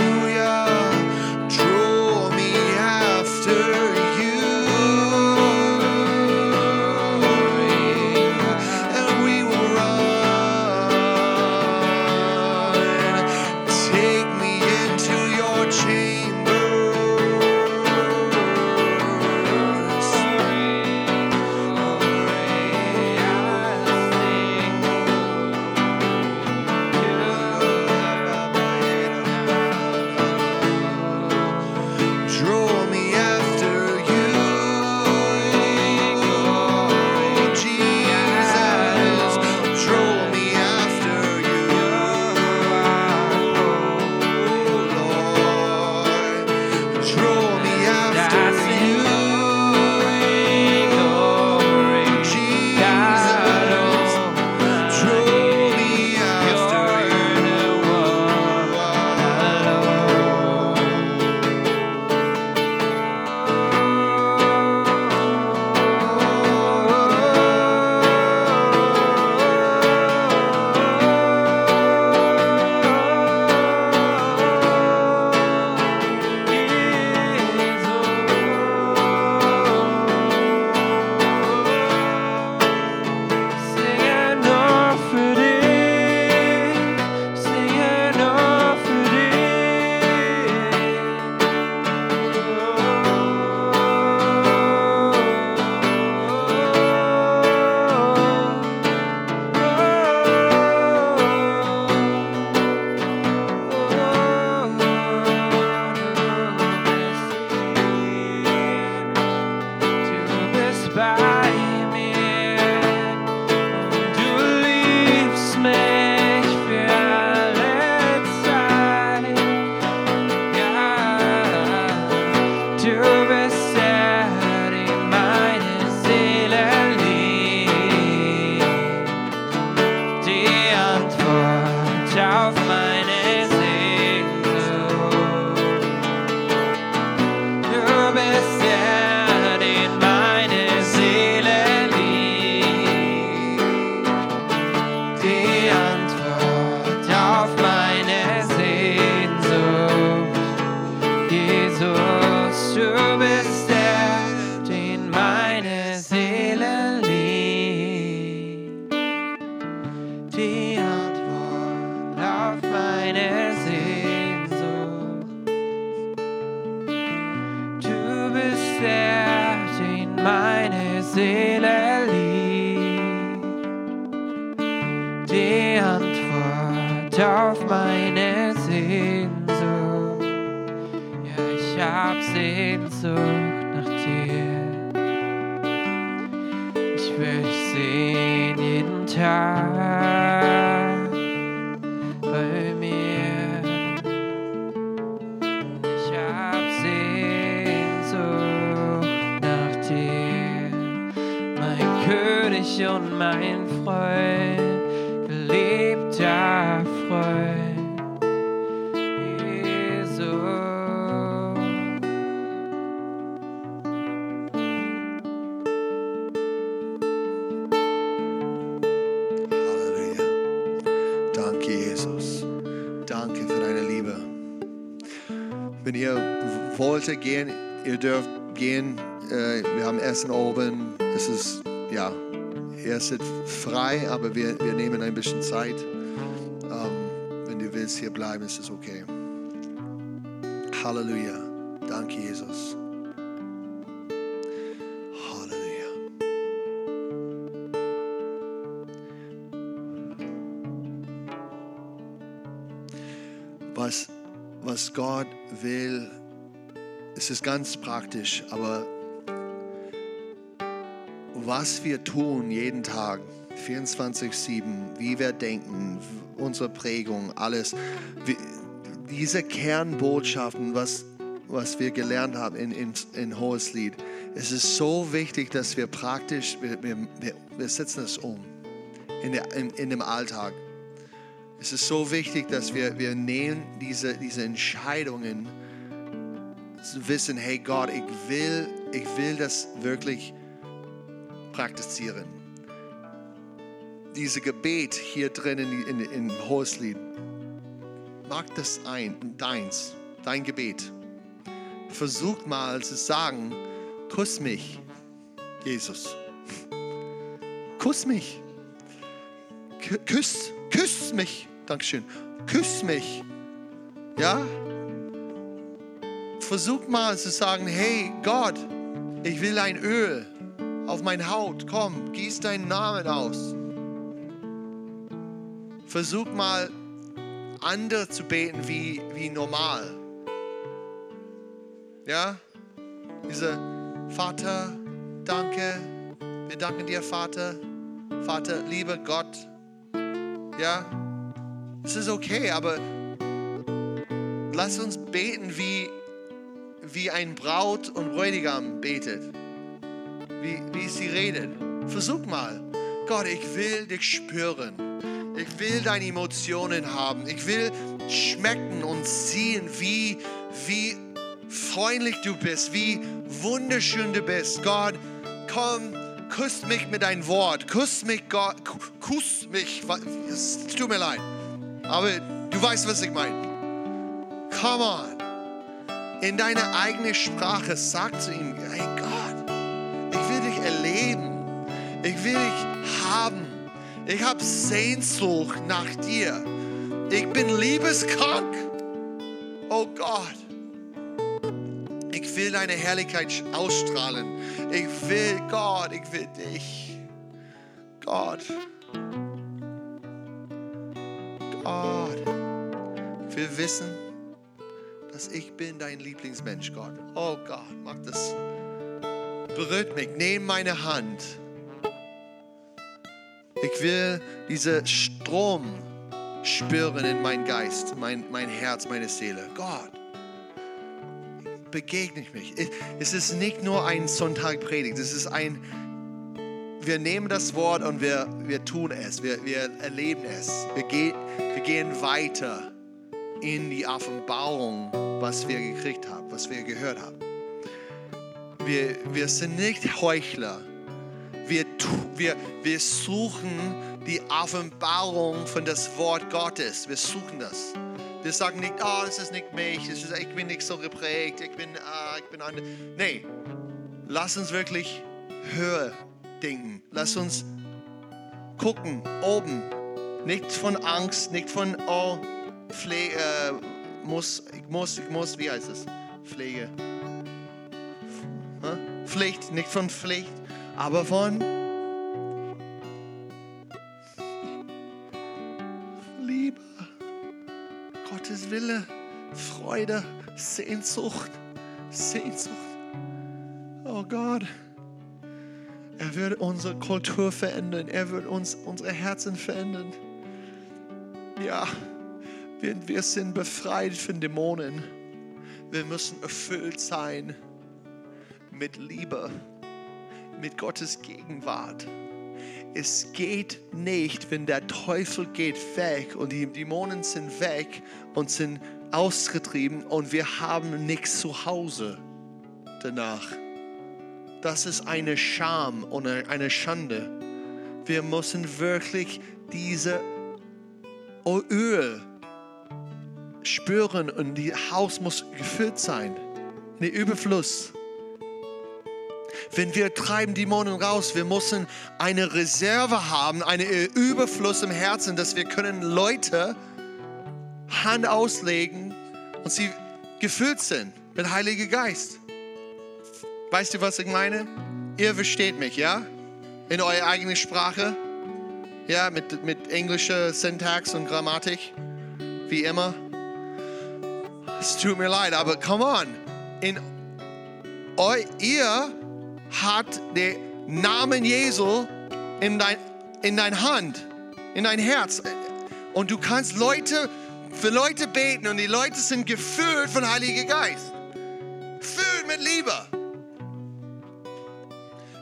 S1: Hallelujah, draw me after you, and we will run. Take me into your chambers. Draw me after you, Jesus. Draw me after you, Lord. Draw me after you. Draw me after you.
S3: Singen nur für dich, singen nur für dich. Du bist bei mir und du liebst mich für alle Zeit. Ja, du bist der, den meine Seele liebt. Seele liegt, die Antwort auf meine Sehnsucht. Ja, ich hab Sehnsucht nach dir. Ich will dich sehen jeden Tag bei mir. Ich hab Sehnsucht nach dir, mein König und mein Freund, geliebter Freund, Jesus.
S1: Halleluja. Danke, Jesus. Danke für deine Liebe. Wenn ihr w- wollt gehen, ihr dürft gehen. Äh, Wir haben Essen oben. Es ist, ja, ihr seid frei, aber wir, wir nehmen ein bisschen Zeit. Ähm, Wenn du willst hier bleiben, ist es okay. Halleluja. Danke, Jesus. Halleluja. was, was Gott will. Es ist ganz praktisch, aber was wir tun jeden Tag, 24-7, wie wir denken, unsere Prägung, alles, wie, diese Kernbotschaften, was, was wir gelernt haben in, in, in Hohes Lied, es ist so wichtig, dass wir praktisch, wir, wir, wir- wir setzen es um in, der, in, in dem Alltag. Es ist so wichtig, dass wir, wir nehmen diese, diese Entscheidungen zu wissen, hey Gott, ich will, ich will das wirklich praktizieren. Diese Gebet hier drin in, in, in Hoheslied, mag das ein, deins, dein Gebet. Versuch mal zu sagen, kuss mich, Jesus. Kuss mich. Kü- küss, küss mich. Dankeschön. Küss mich. Ja? Versuch mal zu sagen, hey Gott, ich will ein Öl auf mein Haut. Komm, gieß deinen Namen aus. Versuch mal, andere zu beten wie, wie normal. Ja? Diese Vater, danke. Wir danken dir, Vater. Vater, lieber Gott, ja, es ist okay, aber lass uns beten, wie, wie ein Braut und Bräutigam betet, wie, wie sie redet. Versuch mal. Gott, ich will dich spüren. Ich will deine Emotionen haben. Ich will schmecken und sehen, wie, wie freundlich du bist, wie wunderschön du bist. Gott, komm, küss mich mit deinem Wort. Küss mich, Gott, ku- kuss mich. Wa- Es tut mir leid. Aber du weißt, was ich meine. Come on. In deiner eigenen Sprache sag zu ihm, hey Gott, ich will dich erleben. Ich will dich haben. Ich habe Sehnsucht nach dir. Ich bin liebeskrank. Oh Gott. Ich will deine Herrlichkeit ausstrahlen. Ich will Gott, ich will dich. Gott. Gott. Ich will wissen, dass ich bin dein Lieblingsmensch, Gott. Oh Gott, mach das. Berührt mich, nimm meine Hand. Ich will diese Strom spüren in meinen Geist, mein, mein Herz, meine Seele. Gott, begegne mich. Es ist nicht nur ein Sonntagpredigt, es ist ein, wir nehmen das Wort und wir, wir tun es, wir, wir erleben es. Wir, ge wir gehen weiter in die Offenbarung, was wir gekriegt haben, was wir gehört haben. Wir, wir sind nicht Heuchler. Wir, tu- wir, wir suchen die Offenbarung von das Wort Gottes. Wir suchen das. Wir sagen nicht, ah, das ist nicht mich, das ist, ich bin nicht so geprägt, ich bin, ah, ich bin anders. Nee, lass uns wirklich höher denken. Lass uns gucken, oben. Nicht von Angst, nicht von, oh, Pflege, äh, muss, ich muss, ich muss, wie heißt es? Pflege. Hä? Pflicht, nicht von Pflicht, aber von Liebe, Gottes Wille, Freude, Sehnsucht, Sehnsucht. Oh Gott, er wird unsere Kultur verändern, er wird uns unsere Herzen verändern. Ja, wir, wir sind befreit von Dämonen. Wir müssen erfüllt sein mit Liebe, mit Gottes Gegenwart. Es geht nicht, wenn der Teufel geht weg und die Dämonen sind weg und sind ausgetrieben und wir haben nichts zu Hause danach. Das ist eine Scham und eine Schande. Wir müssen wirklich diese Öl spüren und die Haus muss gefüllt sein. Eine Überfluss. Wenn wir treiben Dämonen raus, wir müssen eine Reserve haben, einen Überfluss im Herzen, dass wir können Leute Hand auslegen und sie gefüllt sind mit Heiliger Geist. Weißt du, was ich meine? Ihr versteht mich, ja? In eurer eigenen Sprache, ja, mit, mit englischer Syntax und Grammatik, wie immer. Es tut mir leid, aber come on. In eu, ihr hat den Namen Jesu in dein, in dein Hand, in dein Herz. Und du kannst Leute, für Leute beten und die Leute sind gefüllt von Heiliger Geist. Füllt mit Liebe.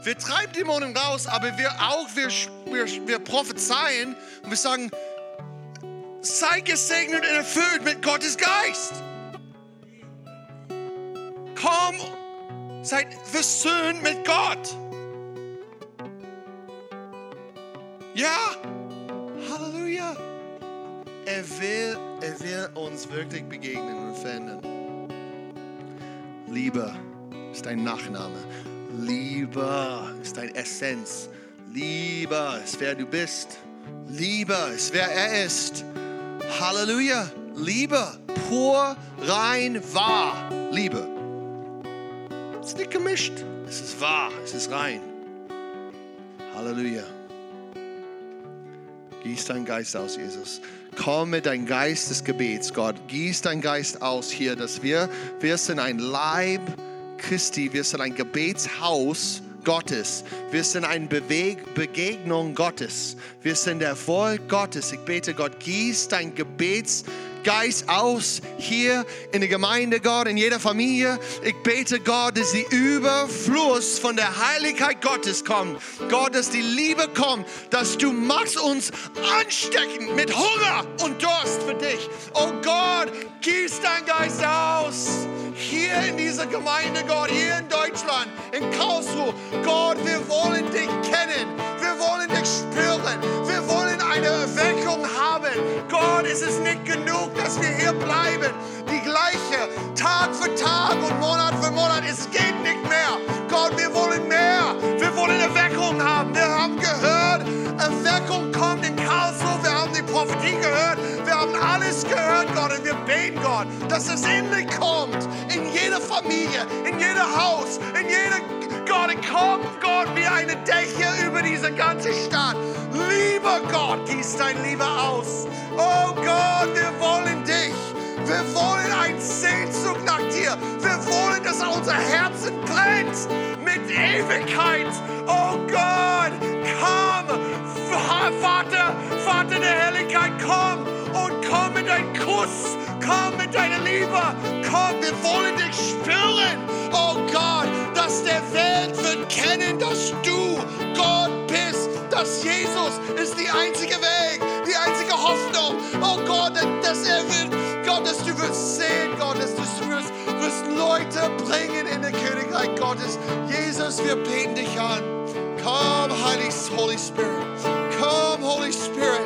S1: Wir treiben Dämonen raus, aber wir auch, wir, wir, wir prophezeien und wir sagen, sei gesegnet und erfüllt mit Gottes Geist. Komm, seid versöhnt mit Gott. Ja, Halleluja. Er will, er will uns wirklich begegnen und verändern. Liebe ist dein Nachname. Liebe ist dein Essenz. Liebe ist wer du bist. Liebe ist wer er ist. Halleluja. Liebe, pur, rein, wahr. Liebe. Es ist nicht gemischt. Es ist wahr. Es ist rein. Halleluja. Gieß deinen Geist aus, Jesus. Komm mit deinem Geist des Gebets, Gott. Gieß deinen Geist aus hier, dass wir, wir sind ein Leib Christi, wir sind ein Gebetshaus Gottes. Wir sind eine Beweg Begegnung Gottes. Wir sind der Volk Gottes. Ich bete, Gott, gieß dein Gebetsgeist aus hier in der Gemeinde, Gott, in jeder Familie. Ich bete, Gott, dass die Überfluss von der Heiligkeit Gottes kommt. Gott, dass die Liebe kommt, dass du machst uns ansteckend mit Hunger und Durst für dich. Oh Gott, gieß dein Geist aus hier in dieser Gemeinde, Gott, hier in Deutschland, in Karlsruhe. Gott, wir wollen dich kennen. Wir wollen dich spüren. Wir wollen eine Erweckung haben. Gott, es ist nicht genug, dass wir hier bleiben. Die gleiche, Tag für Tag und Monat für Monat. Es geht nicht mehr. Gott, wir wollen mehr. Wir wollen Erweckung haben. Wir haben gehört, Erweckung kommt in Karlsruhe. Wir haben die Prophetie gehört. Wir haben alles gehört, Gott. Und wir beten, Gott, dass es endlich kommt. In jeder Familie, in jedem Haus, in jeder. Gott, komm, Gott, wie eine Dächer über diese ganze Stadt. Lieber Gott, gieß dein Liebe aus. Oh Gott, wir wollen dich. Wir wollen einen Sehnsucht nach dir. Wir wollen, dass unser Herzen brennt mit Ewigkeit. Oh Gott, komm. Fa- Vater, Vater der Herrlichkeit, komm und komm mit deinem Kuss. Komm mit deiner Liebe. Komm, wir wollen dich spüren. Oh Gott, dass der Welt wird kennen, dass du Gott bist. Dass Jesus ist die einzige Weg, die einzige Hoffnung. Oh Gott, dass er wird Gott, dass du wirst sehen, Gott, dass du wirst, wirst Leute bringen in das Königreich Gottes. Jesus, wir beten dich an. Komm, Heilig, Holy Spirit. Komm, Holy Spirit.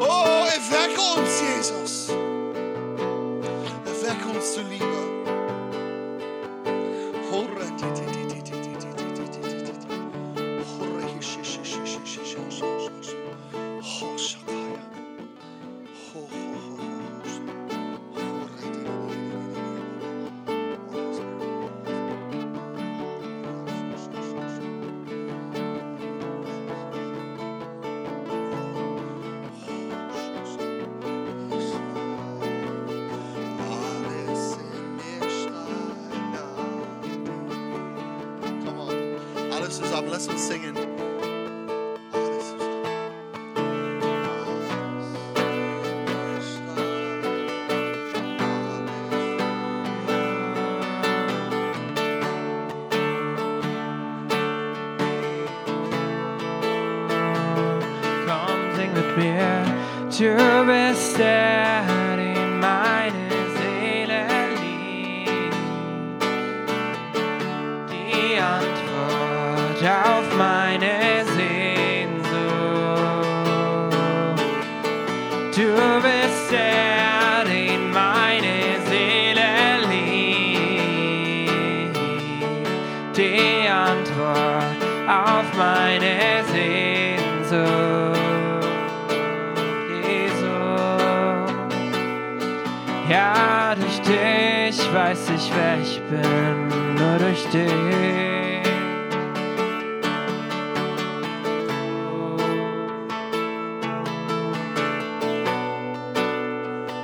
S1: Oh, erwecke uns, Jesus. Erwecke uns zu Liebe. alles zusammen. Lass uns singen. Alles zusammen. Alles zusammen. Alles
S3: Komm, sing mit mir. Du bist der, den meine Seele liebt. Die Antwort auf meine Sehnsucht. Du bist der, den meine Seele liebt. Die Antwort auf meine Sehnsucht. Jesus. Ja, durch dich weiß ich, wer ich bin, nur durch dich.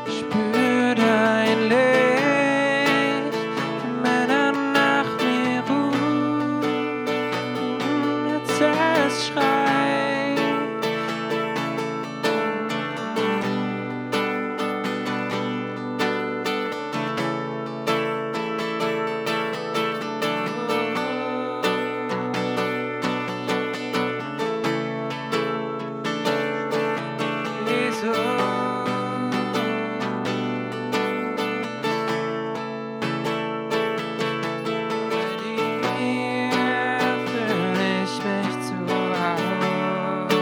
S3: Spür dein Licht, wenn er nach mir ruft, jetzt es schreit. Jesus. Bei dir fühle ich mich zu Hause.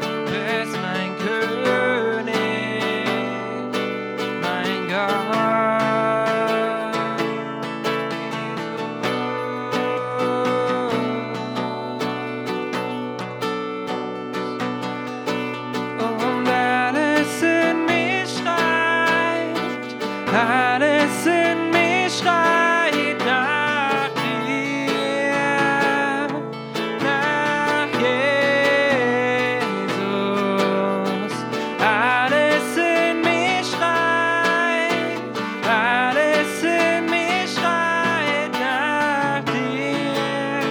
S3: Du bist mein König, mein Gott. Und alles in mir schreit, alles in mir schreit nach dir, nach Jesus. Alles in mir schreit, alles in mir schreit nach dir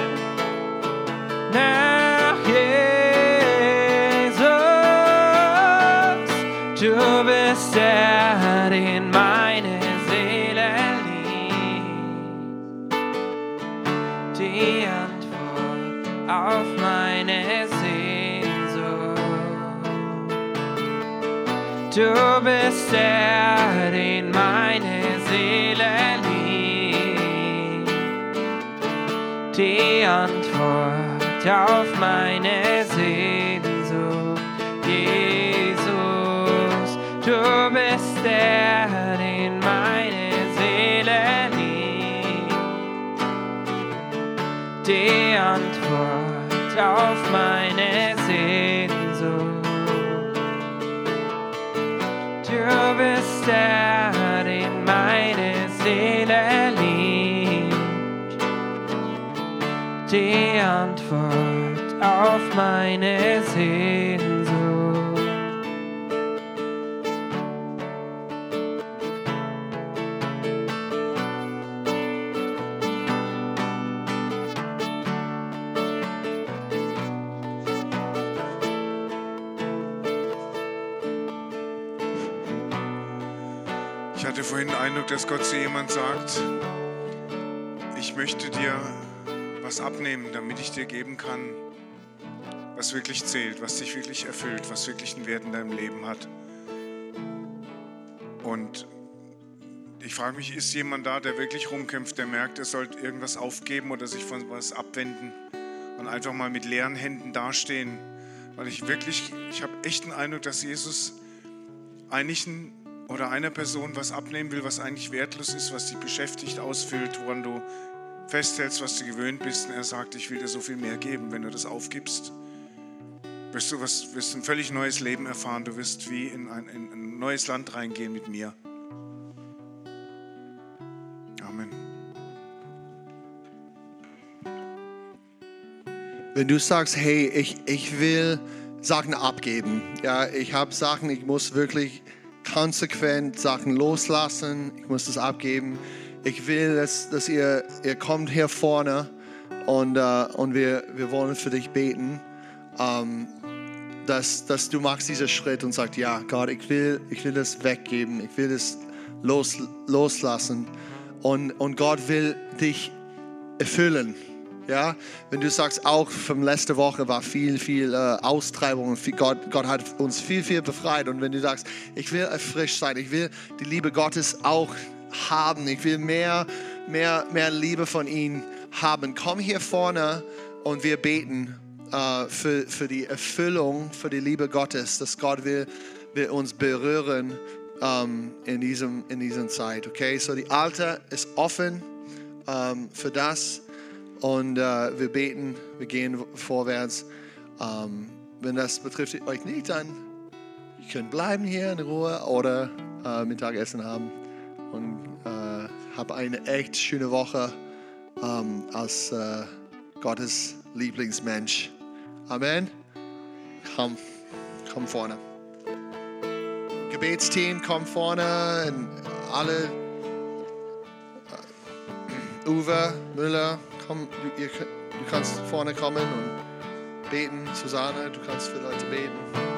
S3: nach Jesus. Du bist der, den meine Seele liebt. Die Antwort auf meine Sehnsucht. Du bist der, den meine Seele liebt die Antwort auf meine Sehnsucht. Jesus, du bist der, den meine Seele liebt. Die Antwort auf meine Sehnsucht. Du bist der, den meine Seele liebt die Antwort auf meine Sehnsucht.
S2: Ich hatte vorhin den Eindruck, dass Gott zu jemand sagt, ich möchte dir was abnehmen, damit ich dir geben kann, was wirklich zählt, was dich wirklich erfüllt, was wirklich einen Wert in deinem Leben hat. Und ich frage mich, ist jemand da, der wirklich rumkämpft, der merkt, er sollte irgendwas aufgeben oder sich von was abwenden und einfach mal mit leeren Händen dastehen? Weil ich wirklich, ich habe echt den Eindruck, dass Jesus einigen oder einer Person was abnehmen will, was eigentlich wertlos ist, was dich beschäftigt, ausfüllt, woran du festhältst, was du gewöhnt bist. Und er sagt, ich will dir so viel mehr geben, wenn du das aufgibst. Wirst du was, wirst ein völlig neues Leben erfahren. Du wirst wie in ein, in ein neues Land reingehen mit mir. Amen.
S1: Wenn du sagst, hey, ich, ich will Sachen abgeben, ja, ich habe Sachen, ich muss wirklich konsequent Sachen loslassen, ich muss das abgeben. Ich will, dass, dass ihr, ihr kommt hier vorne Und, äh, und wir, wir wollen für dich beten, ähm, dass, dass du machst diesen Schritt und sagst, ja, Gott, ich will, ich will das weggeben, ich will das los, loslassen. Und, und Gott will dich erfüllen. Ja, wenn du sagst, auch von letzter Woche war viel, viel äh, Austreibung und viel, Gott, Gott hat uns viel, viel befreit. Und wenn du sagst, ich will erfrischt sein, ich will die Liebe Gottes auch haben, ich will mehr, mehr, mehr Liebe von ihm haben, komm hier vorne und wir beten äh, für, für die Erfüllung, für die Liebe Gottes, dass Gott will, will uns berühren ähm, in, diesem, in dieser Zeit. Okay, so die Alter ist offen ähm, für das und äh, wir beten, wir gehen w- vorwärts. Ähm, wenn das betrifft euch nicht, dann ihr könnt bleiben hier in Ruhe oder äh, Mittagessen haben und äh, hab eine echt schöne Woche ähm, als äh, Gottes Lieblingsmensch. Amen. Komm, komm vorne. Gebetsteam, komm vorne. Und alle Uwe, Müller, komm, du, ihr, könnt- du kannst vorne kommen und beten. Susanne, du kannst für Leute beten.